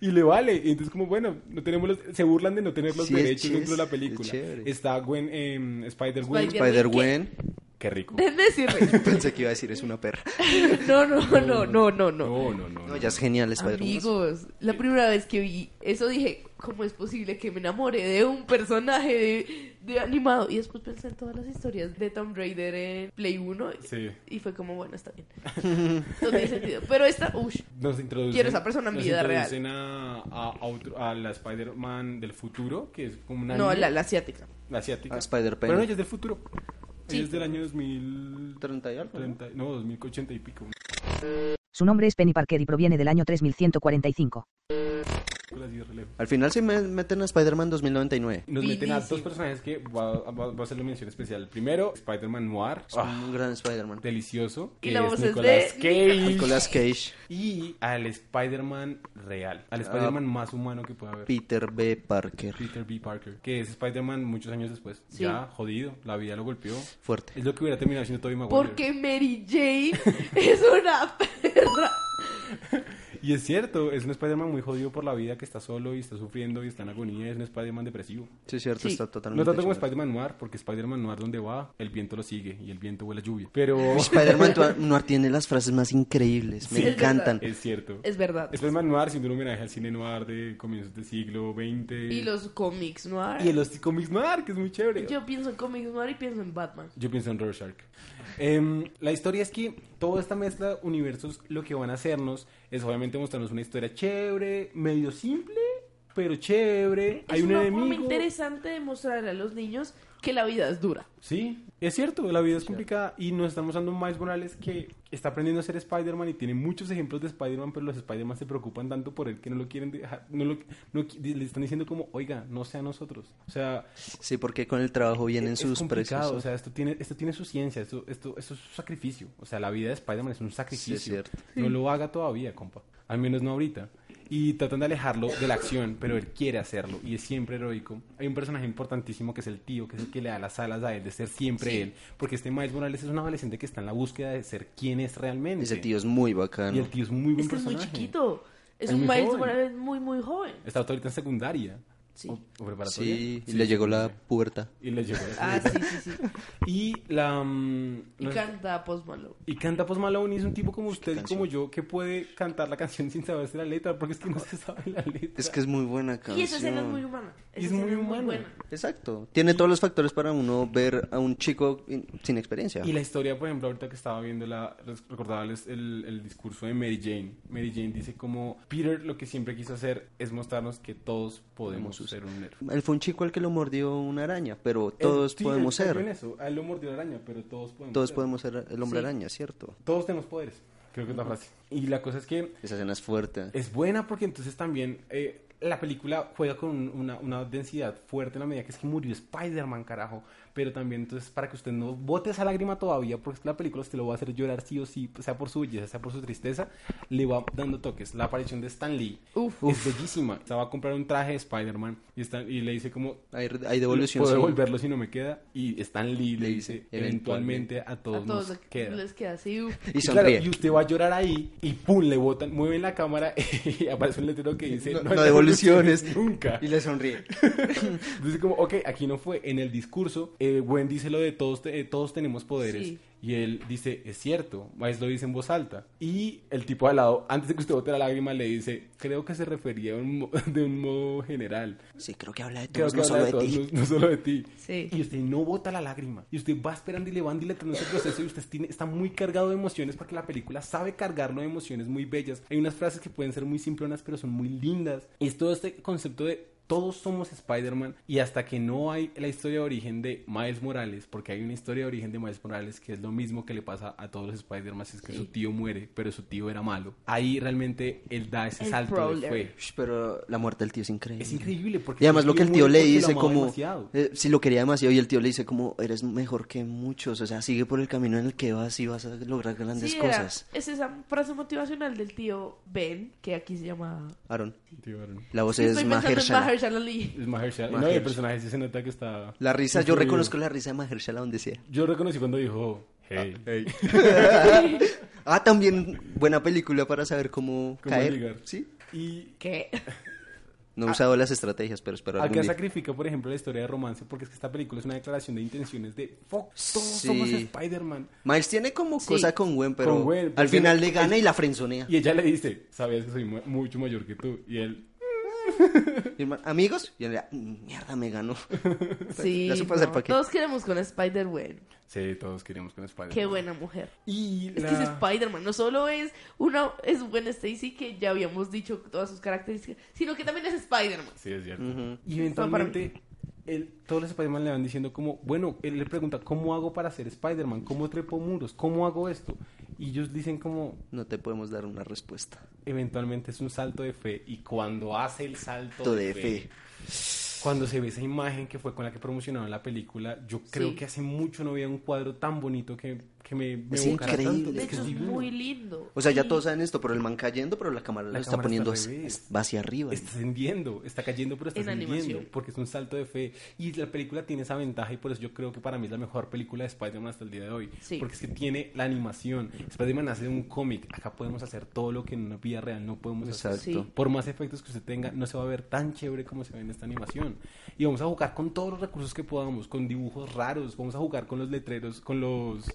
S3: y le vale. Y entonces como bueno, no tenemos los- se burlan de no tener los
S4: Sí, es
S3: derechos
S4: ch-
S3: dentro de la
S4: es-
S3: película.
S4: es chévere.
S3: Está Gwen em, Spider-Gwen.
S5: Spider-
S4: Spider-Gwen.
S3: Qué rico.
S5: Déjenme decirles.
S4: Pensé que iba a decir es una perra.
S5: No, no, no, no, no,
S3: No,
S5: no.
S3: no, no.
S4: No, ella es genial, Spider-Man.
S5: Amigos, la primera vez que vi eso dije, ¿cómo es posible que me enamore de un personaje de, de animado? Y después pensé en todas las historias de Tomb Raider en Play 1 y-
S3: Sí.
S5: y fue como, bueno, está bien. No tiene sentido. Pero esta, ush,
S3: Nos introducen,
S5: Quiero esa persona en
S3: nos
S5: vida real.
S3: introducen A, a, a otro- a la Spider-Man del futuro, que es como una...
S5: no,
S3: niña,
S5: la, la asiática.
S3: la asiática.
S4: Ah, Spider-Penny.
S3: Pero no, ella es del futuro.
S5: Sí.
S3: Ella es del año 2000...
S4: 30 y algo, ¿no?
S3: 30, no, 2080 y pico.
S6: Su nombre es Penny Parker y proviene del año 3145.
S3: Una así de relevo.
S4: Al final se me- meten a Spider-Man 2099.
S3: Nos meten a dos
S5: Finísimo.
S3: personajes que va, va- va a ser la mención especial. Primero, Spider-Man Noir.
S4: Es
S3: Ah,
S4: un gran Spider-Man.
S3: delicioso.
S5: Y
S3: que
S5: la
S3: es
S5: voz es
S3: Nicolas
S5: de
S3: Cage.
S4: Nicolas Cage,
S3: Y al Spider-Man real. Al Spider-Man más humano que pueda haber.
S4: Peter B. Parker.
S3: Peter B. Parker. Que es Spider-Man muchos años después.
S5: Sí.
S3: Ya, jodido. La vida lo golpeó.
S4: Fuerte.
S3: Es lo que hubiera terminado siendo Tobey Maguire.
S5: Porque Mary Jane es una perra.
S3: Y es cierto, es un Spider-Man muy jodido por la vida que está solo y está sufriendo y está en agonía. Es un Spider-Man depresivo.
S4: Sí, es cierto,
S5: Sí.
S4: está
S3: No
S4: totalmente.
S3: tanto como
S4: chévere.
S3: Spider-Man Noir, porque Spider-Man Noir donde va, el viento lo sigue y el viento huele a lluvia. Pero
S4: Spider-Man Noir- Noir tiene las frases más increíbles,
S5: Sí,
S4: me
S5: es
S4: encantan.
S3: es cierto.
S5: Es verdad.
S3: Spider-Man Noir siendo un homenaje al cine noir de comienzos del siglo XX.
S5: Y los cómics noir.
S3: Y en los cómics noir, que es muy chévere.
S5: Yo pienso en cómics noir y pienso en Batman.
S3: Yo pienso en Rorschach. Em, la historia es que toda esta mezcla de universos lo que van a hacernos es obviamente mostrarnos una historia chévere, medio simple, pero chévere. Hay
S5: es
S3: un
S5: una forma
S3: enemigo.
S5: interesante de mostrarle a los niños que la vida es dura.
S3: Sí, es cierto, la vida es complicada y nos estamos dando Miles Morales que está aprendiendo a ser Spider-Man y tiene muchos ejemplos de Spider-Man, pero los Spider-Man se preocupan tanto por él que no lo quieren dejar, no lo, no qui- le están diciendo como, oiga, no sea nosotros. O sea,
S4: Sí, porque con el trabajo vienen
S3: E-, es
S4: sus
S3: complicado,
S4: precios.
S3: O sea, esto tiene, esto tiene su ciencia, esto, esto, esto es un sacrificio. O sea, la vida de Spider-Man es un sacrificio.
S4: Sí, es cierto.
S3: No lo haga todavía, compa. Al menos no ahorita. Y tratan de alejarlo de la acción, pero él quiere hacerlo y es siempre heroico. Hay un personaje importantísimo que es el tío, que es el que le da las alas a él de ser siempre él. Porque este Miles Morales es un adolescente que está en la búsqueda de ser quien es realmente.
S4: Ese tío es muy
S3: Y
S4: bacano.
S3: el tío es muy buen
S5: Este es muy
S3: personaje.
S5: chiquito. Es
S3: Es
S5: un
S3: muy
S5: Miles
S3: joven.
S5: Morales muy, muy joven.
S3: Está ahorita en secundaria.
S5: Sí.
S3: O, o preparatoria.
S4: Sí, y le llegó la puerta.
S3: Y le llegó
S5: Ah,
S3: la...
S5: sí, sí, sí.
S3: Y la... mm,
S5: Y
S3: no-
S5: canta Post Malone.
S3: Y canta Post Malone y es un tipo como usted y como yo que puede cantar la canción sin saberse la letra porque es que no se sabe la letra.
S4: Es que es muy buena canción.
S5: Y esa escena es muy humana. Esa
S3: Y es
S5: escena
S3: muy humana.
S5: buena.
S4: Exacto. Tiene todos los factores para uno ver a un chico in- sin experiencia.
S3: Y la historia, por ejemplo, ahorita que estaba viendo, la, recordaba el, el- el discurso de Mary Jane. Mary Jane dice como, Peter lo que siempre quiso hacer es mostrarnos que todos podemos ser un héroe.
S4: Él fue un chico al que lo mordió una araña, pero todos
S3: Sí,
S4: podemos
S3: él cayó en
S4: ser.
S3: eso. A él lo mordió la araña, pero todos podemos
S4: Todos
S3: ser.
S4: podemos ser el hombre
S5: Sí.
S4: araña, ¿cierto?
S3: Todos tenemos poderes, creo que es la frase. Y la cosa es que
S4: Esa escena es fuerte.
S3: Es buena porque entonces también eh, la película juega con un- una, una densidad fuerte en la medida que es que murió Spider-Man, carajo. Pero también entonces para que usted no bote esa lágrima todavía, porque es que la película usted lo va a hacer llorar sí o sí, sea por su belleza, sea por su tristeza, le va dando toques. La aparición de Stan Lee
S5: Uf.
S3: es bellísima. Se va a comprar un traje de Spider-man y, Stan- y le dice como...
S4: Hay, hay devolución.
S3: Puedo
S4: sí.
S3: devolverlo si no me queda. Y Stan Lee le dice, eventualmente a todos,
S5: A todos
S3: nos queda.
S5: les queda así. uf.
S4: Y
S3: Y, claro,
S4: sonríe.
S3: y usted va a llorar ahí y pum, le botan, mueven la cámara y aparece un letrero que dice
S4: No-
S3: hay
S4: no devoluciones".
S3: nunca.
S4: Y le sonríe.
S3: Dice como, ok, aquí no fue. En el discurso, eh, Gwen dice lo de todos, te- eh, todos tenemos poderes.
S5: Sí.
S3: Y él dice, es cierto. Miles lo dice en voz alta. Y el tipo al lado, antes de que usted bote la lágrima, le dice, creo que se refería a un mo- de un modo general.
S4: Sí, creo que habla de
S3: Creo
S4: todos,
S3: que
S4: no solo
S3: habla
S4: de
S3: de
S4: ti.
S3: todos, no- no solo de ti.
S5: Sí.
S3: Y usted no bota la lágrima. Y usted va esperando y le van dilatando ese proceso. Y usted tiene- está muy cargado de emociones porque la película sabe cargarlo de emociones muy bellas. Hay unas frases que pueden ser muy simplonas, pero son muy lindas. Y es todo este concepto de. Todos somos Spider-Man y hasta que no hay la historia de origen de Miles Morales, porque hay una historia de origen de Miles Morales que es lo mismo que le pasa a todos los Spider-Man, es que su tío muere, pero su tío era malo. Ahí realmente él da ese
S5: El
S3: salto de
S5: prowler.
S3: fe.
S4: Ush, Pero la muerte del tío es increíble.
S3: Es increíble porque
S4: Y además lo que el tío le
S3: muere porque lo
S4: dice
S3: amaba
S4: como...
S3: demasiado.
S4: eh, sí, lo quería demasiado y el tío le dice como, eres mejor que muchos, o sea, sigue por el camino en el que vas y vas a lograr grandes
S5: Sí, era-
S4: cosas.
S5: es esa frase motivacional del tío Ben, que aquí se llama.
S4: Aaron,
S3: Tío, bueno.
S4: la voz es
S5: Estoy pensando en
S4: Mahershala.
S5: Mahershala Ali.
S3: Es Mahershala. No, y
S4: Mahershala.
S3: el personaje sí se nota que está.
S4: La risa, yo
S3: influido.
S4: reconozco la risa de Mahershala donde sea.
S3: Yo reconocí cuando dijo, hey,
S4: Ah, también buena película para saber cómo,
S3: ¿cómo Ah.
S4: caer.
S3: llegar?
S4: Sí.
S3: Y
S5: ¿Qué?
S4: No he usado las estrategias, pero espero algún
S3: acá
S4: día.
S3: sacrifica, por ejemplo, la historia de romance, porque es que esta película es una declaración de intenciones de fuck, todos
S4: Sí.
S3: somos Spider-Man.
S4: Miles tiene como cosa con Gwen, pero
S3: Con Gwen,
S4: al
S3: porque-
S4: final le gana y la frenzonea.
S3: Y ella le dice, sabías que soy mu- mucho mayor que tú. Y él,
S4: Y el man, ¿Amigos? Y él le da, "Mm, mierda, me ganó.
S5: Sí.
S4: La supo hacer
S5: no.
S4: pa' qué.
S5: Todos queremos con Spider-Man.
S3: sí, todos queremos con Spider-Man.
S5: Qué buena mujer.
S3: Y
S5: Es
S3: la-
S5: que es Spider-Man, no solo es una es Gwen Stacy que ya habíamos dicho todas sus características, sino que también es Spider-Man.
S3: Sí, es cierto.
S4: Ujú.
S3: Y
S5: No, para mí.
S3: eventualmente el- todos los Spider-Man le van diciendo como, bueno, él le pregunta, ¿cómo hago para ser Spider-Man? ¿Cómo trepo muros? ¿Cómo hago esto? Y ellos dicen como,
S4: No te podemos dar una respuesta.
S3: eventualmente es un salto de fe y cuando hace el salto
S4: Todo de fe.
S3: cuando se ve esa imagen que fue con la que promocionaron la película, yo creo
S5: Sí.
S3: que hace mucho no había un cuadro tan bonito que que me, me
S4: Es
S3: evocara
S4: increíble.
S3: tanto,
S5: De
S3: es que
S5: hecho,
S3: es
S5: es
S3: divino.
S5: muy lindo.
S4: O sea, ya
S5: Y-
S4: todos saben esto, pero el man cayendo, pero la cámara
S3: La
S4: lo está
S3: cámara está
S4: poniendo
S3: Este al
S4: as-
S3: revés.
S4: as- va hacia arriba.
S3: Está ascendiendo, está cayendo, pero está
S5: En
S3: ascendiendo.
S5: animación.
S3: Porque es un salto de fe. Y la película tiene esa ventaja y por eso yo creo que para mí es la mejor película de Spider-Man hasta el día de hoy.
S5: Sí.
S3: Porque es que tiene la animación. Spider-Man hace un cómic. Acá podemos hacer todo lo que en una vida real no podemos hacer.
S4: Exacto.
S5: Sí.
S3: Por más efectos que usted tenga, no se va a ver tan chévere como se ve en esta animación. Y vamos a jugar con todos los recursos que podamos, con dibujos raros, vamos a jugar con los letreros, con los...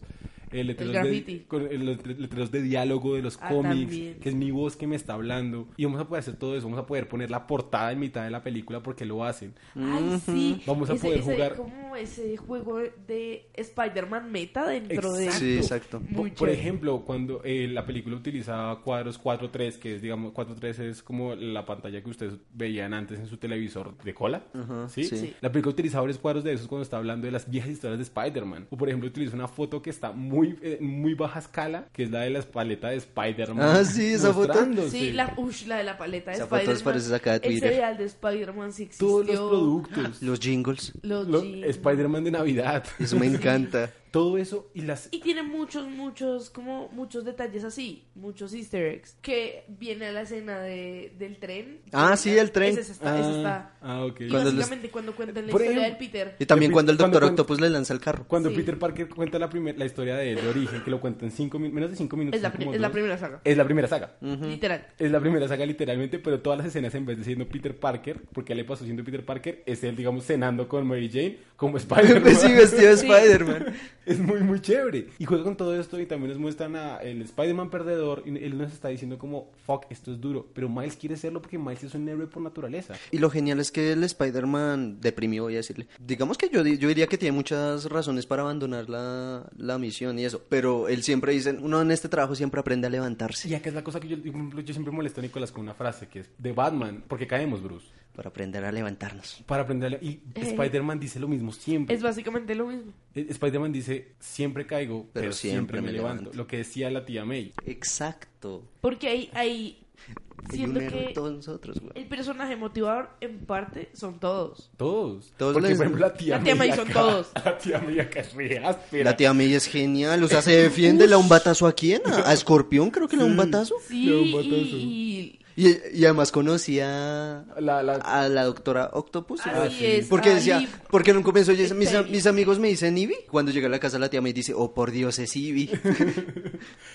S3: eh, letreros
S5: graffiti.
S3: de, con eh, los letre- letreros de diálogo de los
S5: Ah,
S3: cómics,
S5: también.
S3: que es mi voz que me está hablando. Y vamos a poder hacer todo eso, vamos a poder poner la portada en mitad de la película porque lo hacen.
S5: Ay, sí.
S3: Vamos a
S5: Ese-
S3: poder
S5: ese-
S3: jugar.
S5: Como ese juego de Spider-Man meta dentro de.
S4: Sí, exacto.
S3: Por,
S5: Muy
S3: por
S5: chévere.
S3: ejemplo, cuando eh, la película utilizaba cuadros 4.3, que es, digamos, 4.3 es como la pantalla que ustedes veían antes en su televisor de cola.
S4: Ajá,
S3: ¿sí?
S4: sí.
S5: Sí.
S3: La película utilizaba varios cuadros de esos cuando está hablando de las viejas historias de Spider-Man. O, por ejemplo, utiliza una foto que está muy, eh, muy baja escala, que es la de las paletas de Spider-Man.
S4: Ah, sí, esa foto.
S3: mostrándose.
S5: Sí, la, ush, la de la paleta de
S4: Esa foto
S5: Spider-Man.
S4: parece sacada de
S5: El
S4: Twitter.
S5: cereal de Spider-Man sí existió.
S3: Todos los productos.
S4: Los jingles.
S5: Los
S3: Lo-
S5: jeans.
S3: Spider-Man de Navidad.
S4: Eso me encanta.
S3: Todo eso y las
S5: Y tiene muchos, muchos, como muchos detalles así, muchos easter eggs, que viene a la escena de, del tren.
S4: Ah, sí, el tren.
S5: Ese está, ese
S3: Ah,
S5: está.
S3: ah, ok.
S5: Y
S4: Cuando los-
S5: básicamente cuando cuentan la
S3: Por
S5: historia del
S3: ejemplo-
S5: Peter.
S4: Y también
S3: Yo
S4: cuando el
S3: pienso-
S4: Doctor
S3: cuando-
S4: Octopus le lanza el carro.
S3: Cuando
S5: Sí.
S3: Peter Parker cuenta la, primer- la historia de él de origen, que lo cuenta en cinco min- menos de 5 minutos.
S5: Es la,
S3: son
S5: pri-
S3: como
S5: es la
S3: dos.
S5: primera saga,
S3: Es la primera saga.
S5: literal.
S3: Es la primera saga literalmente, pero todas las escenas en vez de siendo Peter Parker, porque a él le pasó siendo Peter Parker, es él, digamos, cenando con Mary Jane como Spider-Man.
S4: Sí, vestido de Spider-Man.
S3: Es muy, muy chévere. Y juega con todo esto y también nos muestran a el Spider-Man perdedor. Y él nos está diciendo como, fuck, esto es duro. Pero Miles quiere serlo porque Miles es un héroe por naturaleza.
S4: Y lo genial es que el Spider-Man deprimido, voy a decirle. Digamos que yo, di- yo diría que tiene muchas razones para abandonar la, la misión y eso. Pero él siempre dice, uno en este trabajo siempre aprende a levantarse.
S3: Y acá es la cosa que yo, yo siempre molesto a Nicolás con una frase que es de Batman, porque caemos, Bruce.
S4: Para aprender a levantarnos.
S3: Para aprenderle. Y Spider-Man dice lo mismo siempre.
S5: Eh. Es básicamente lo mismo.
S3: Eh, Spider-Man dice, siempre caigo, pero, siempre, me, levanto.
S4: levanto.
S3: Lo que decía la tía May.
S4: Exacto.
S5: Porque ahí, ahí
S4: Hay un
S5: siento
S4: error
S5: que
S4: en todos nosotros, güey.
S5: el personaje motivador en parte son todos.
S3: Todos.
S4: Todos
S3: Porque,
S4: les-
S3: por ejemplo, la tía
S5: La tía May son
S3: acá-
S5: todos.
S3: La tía May acá es re áspera.
S4: La tía May es genial, o sea, se defiende, le da un batazo a quién, a, a Escorpión creo que le da un batazo.
S5: Sí,
S3: Yo, un
S5: y,
S3: botazo.
S5: y-
S4: Y, y además conocía
S3: La- la-
S4: a la doctora Octopus.
S5: así
S3: Ah, sí.
S5: es.
S4: Porque
S5: Ali-
S4: decía, porque en un comienzo ella dice, mis, a-
S5: Peggy.
S4: mis amigos me dicen Ivy. Cuando llega a la casa la tía May dice, oh por Dios es Ivy.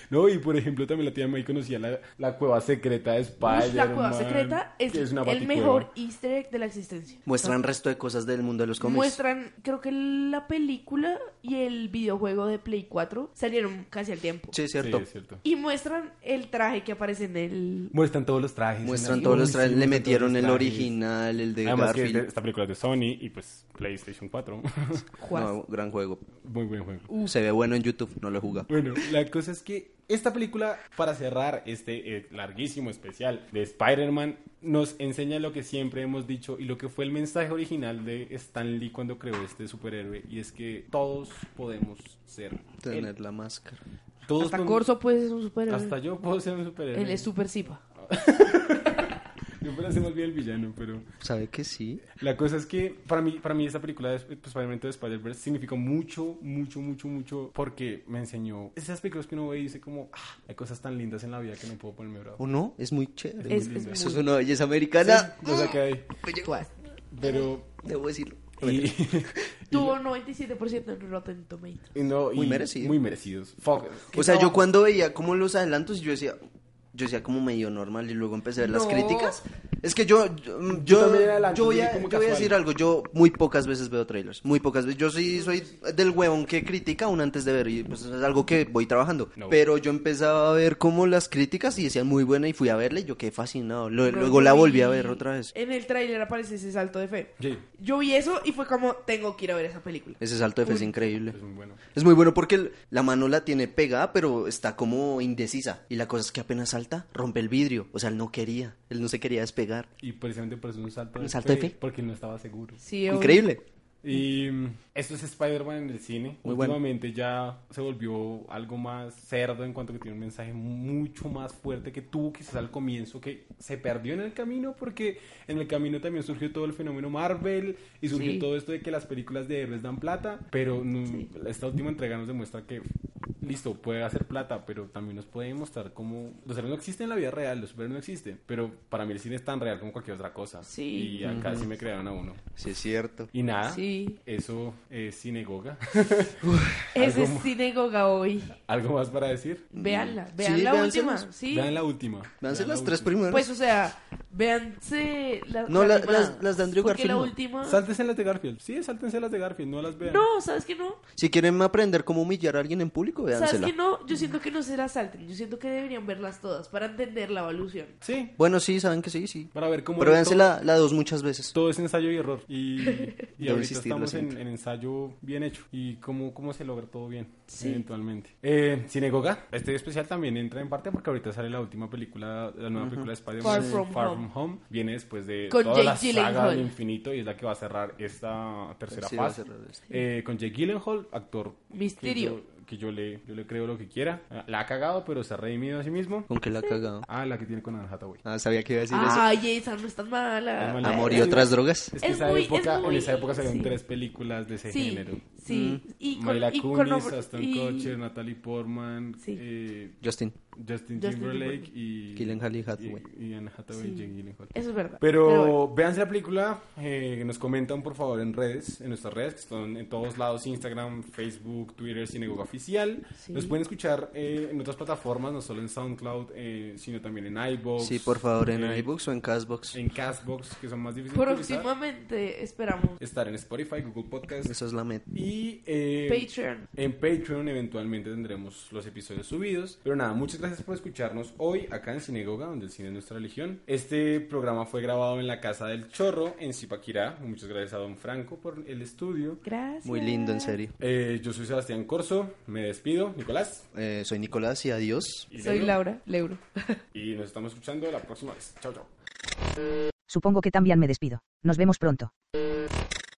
S3: No, y por ejemplo, también la tía May conocía la, la cueva secreta de
S5: Ush,
S3: Spider-Man.
S5: la cueva secreta es,
S3: que una
S5: el
S3: baticueva.
S5: mejor easter egg de la existencia.
S4: Muestran resto de cosas del mundo de los cómics.
S5: Muestran, creo que la película y el videojuego de Play 4 salieron casi al tiempo.
S4: Sí, es
S3: Sí,
S4: cierto.
S3: es cierto.
S5: Y muestran el traje que aparece en el...
S3: Muestran todos los trajes.
S4: Muestran
S3: Sí,
S4: todos los
S3: sí,
S4: trajes, le
S3: muestran
S4: metieron
S3: todos los
S4: el
S3: trajes.
S4: original, el de
S3: Además que
S4: Garfield.
S3: esta película es de Sony y pues PlayStation 4.
S5: Juaz.
S4: No, gran juego.
S3: Muy buen juego.
S4: Se ve bueno en YouTube, no lo juga.
S3: Bueno, la cosa es que esta película, para cerrar este eh, larguísimo especial de Spider-Man, nos enseña lo que siempre hemos dicho y lo que fue el mensaje original de Stan Lee cuando creó este superhéroe, y es que todos podemos ser. él.
S4: Tener la máscara.
S3: Todos
S5: Hasta
S3: con-
S5: Corso puede ser un superhéroe.
S3: Hasta yo puedo ser un superhéroe.
S5: Él es super zipa.
S3: Yo para ser más bien el villano, pero...
S4: ¿Sabe que sí?
S3: La cosa es que para mí, para mí esta película de pues, Spider-Man de Spider-Verse significó mucho, mucho, mucho, mucho porque me enseñó esas películas que uno ve y dice como, ah, hay cosas tan lindas en la vida que no puedo ponerme bravo.
S4: ¿O no? Es muy chévere.
S5: Es, es
S4: Eso es
S5: muy-
S4: una belleza americana.
S3: Lo saqué ahí.
S5: Juaz.
S3: Pero...
S4: Debo decirlo.
S3: Y,
S5: Tuvo 97% en Rotten Tomatoes.
S3: y no, y-
S4: Muy merecido.
S3: Muy merecidos. Fuck.
S4: O sea, yo cuando veía como los adelantos, yo decía, yo decía como medio normal y luego empecé a ver las
S5: No.
S4: críticas. Es que yo, yo, yo,
S3: también adelantos,
S4: yo voy
S3: yo vi
S4: a, yo
S3: como
S4: voy a
S3: casual.
S4: decir algo, yo muy pocas veces veo trailers, muy pocas veces. Yo sí soy del huevón que critica aún antes de ver y pues es algo que voy trabajando.
S3: No.
S4: Pero yo empezaba a ver como las críticas y decían muy buena y fui a verla y yo quedé fascinado. Lo- luego la volví a ver otra vez.
S5: En el tráiler aparece ese salto de fe.
S3: Sí.
S5: Yo vi eso y fue como, tengo que ir a ver esa película.
S4: Ese salto de fe es increíble.
S3: Es muy bueno.
S4: Es muy bueno porque el- la mano la tiene pegada, pero está como indecisa. Y la cosa es que apenas salta, rompe el vidrio. O sea, él no quería, él no se quería despegar.
S3: Y precisamente por eso es un salto de,
S4: ¿Un salto de fe?
S3: Porque no estaba seguro.
S5: Sí, obvio.
S4: Increíble.
S3: Y mm, esto es Spider-Man en el cine.
S4: Muy bueno.
S3: Últimamente ya se volvió algo más cerdo en cuanto que tiene un mensaje mucho más fuerte que tuvo quizás al comienzo, que se perdió en el camino porque en el camino también surgió todo el fenómeno Marvel y surgió
S5: Sí.
S3: todo esto de que las películas de héroes dan plata, pero no- esta última entrega nos demuestra que listo, puede hacer plata, pero también nos puede mostrar cómo... Los héroes no existen en la vida real, los superhéroes no existen, pero para mí el cine es tan real como cualquier otra cosa.
S5: Sí.
S3: Y acá sí me crearon a uno.
S4: Sí, es cierto.
S3: Y nada,
S5: Sí.
S3: eso es sinagoga.
S5: Ese es
S3: ¿Algo-
S5: Cinegoga hoy.
S3: ¿Algo más para decir?
S5: Veanla,
S4: Mm. Sí,
S5: vean la
S4: véanselos.
S5: última. Sí.
S3: Vean la última.
S4: Vean
S3: Vean la
S4: las tres
S3: última.
S4: primeras.
S5: Pues, o sea, véanse la,
S4: No, la-
S5: primera,
S4: las- las de Andrew
S5: porque
S4: Garfield
S5: la
S4: no.
S5: última.
S3: Sáltense las de Garfield. Sí, sáltense las de Garfield, no las vean.
S5: No, ¿sabes qué no?
S4: Si quieren aprender cómo humillar a alguien en público,
S5: ¿Sabes
S4: véansela.
S5: qué no? Yo siento que no se las salten. Yo siento que deberían verlas todas para entender la evolución.
S3: Sí,
S4: Bueno, sí, saben que sí, sí.
S3: para ver cómo...
S4: Pero
S3: era
S4: véanse
S3: todo.
S4: la, la dos muchas veces.
S3: Todo es ensayo y error. Y, y
S4: Debo
S3: ahorita
S4: insistirlo
S3: estamos en,
S4: siempre.
S3: en ensayo bien hecho. Y cómo, cómo se logra todo bien,
S5: Sí.
S3: eventualmente. Eh, Sinagoga, este especial también entra en parte porque ahorita sale la última película, la nueva película de Spider-Man. eh,
S5: Far From Home.
S3: Viene después de
S5: Con
S3: toda la
S5: Jake
S3: saga del
S5: Gyllenhaal.
S3: infinito y es la que va a cerrar esta tercera
S4: Sí, va a
S3: fase.
S4: cerrar esto.
S3: Eh, con Jake Gyllenhaal, actor que
S5: este. Misterio.
S3: yo- Que yo, le, yo le creo lo que quiera. La ha cagado, pero se ha redimido a sí mismo.
S4: Con que la ha cagado.
S3: Ah, la que tiene con Anne Hathaway.
S4: Ah, sabía que iba a decir
S5: Ay, esa no es tan mala.
S3: Es
S4: eso.
S3: mala.
S4: Amor y
S3: Es-
S4: otras drogas.
S3: Es que
S5: Es
S3: esa
S5: muy- es
S3: época,
S5: muy-
S3: en esa época salieron
S5: sí.
S3: tres películas de ese
S5: Sí,
S3: Este género.
S5: sí.
S4: Mm.
S5: Y con,
S3: Myla
S5: y con
S3: Kunis,
S5: hombre-
S3: Aston
S5: y-
S3: Kutcher, Natalie Portman,
S5: Sí.
S3: eh,
S4: Justin.
S3: Justin,
S5: Justin
S3: Timberlake
S5: Timberlake.
S3: y...
S4: Gyllenhaal y Hathaway.
S3: Y, y Anne Hathaway y
S5: Sí.
S3: Jake Gyllenhaal.
S5: Eso es verdad.
S3: Pero,
S5: bueno.
S3: véanse la película, eh, nos comentan por favor en redes, en nuestras redes, que están en todos lados, Instagram, Facebook, Twitter, Sinagoga Oficial.
S5: Sí.
S3: Nos pueden escuchar eh, en otras plataformas, no solo en SoundCloud, eh, sino también en iVoox.
S4: Sí, por favor, en
S3: eh,
S4: iBooks o en Castbox.
S3: En Castbox, que son más difíciles de utilizar.
S5: próximamente esperamos
S3: Estar en Spotify, Google Podcast
S4: Esa es la meta.
S3: y... eh,
S5: Patreon.
S3: En Patreon eventualmente tendremos los episodios subidos. Pero nada, muchas gracias por escucharnos hoy acá en Sinagoga, donde el cine es nuestra religión. Este programa fue grabado en la Casa del Chorro, en Zipaquirá. Muchas gracias a Don Franco por el estudio.
S5: Gracias.
S4: Muy lindo, en serio.
S3: Eh, yo soy Sebastián Corso, me despido, Nicolás.
S4: Eh, soy Nicolás y adiós.
S3: y
S5: Soy
S3: Leuro.
S5: Laura Leuro.
S3: Y nos estamos escuchando la próxima vez. Chao, chao.
S6: Supongo que también me despido. Nos vemos pronto.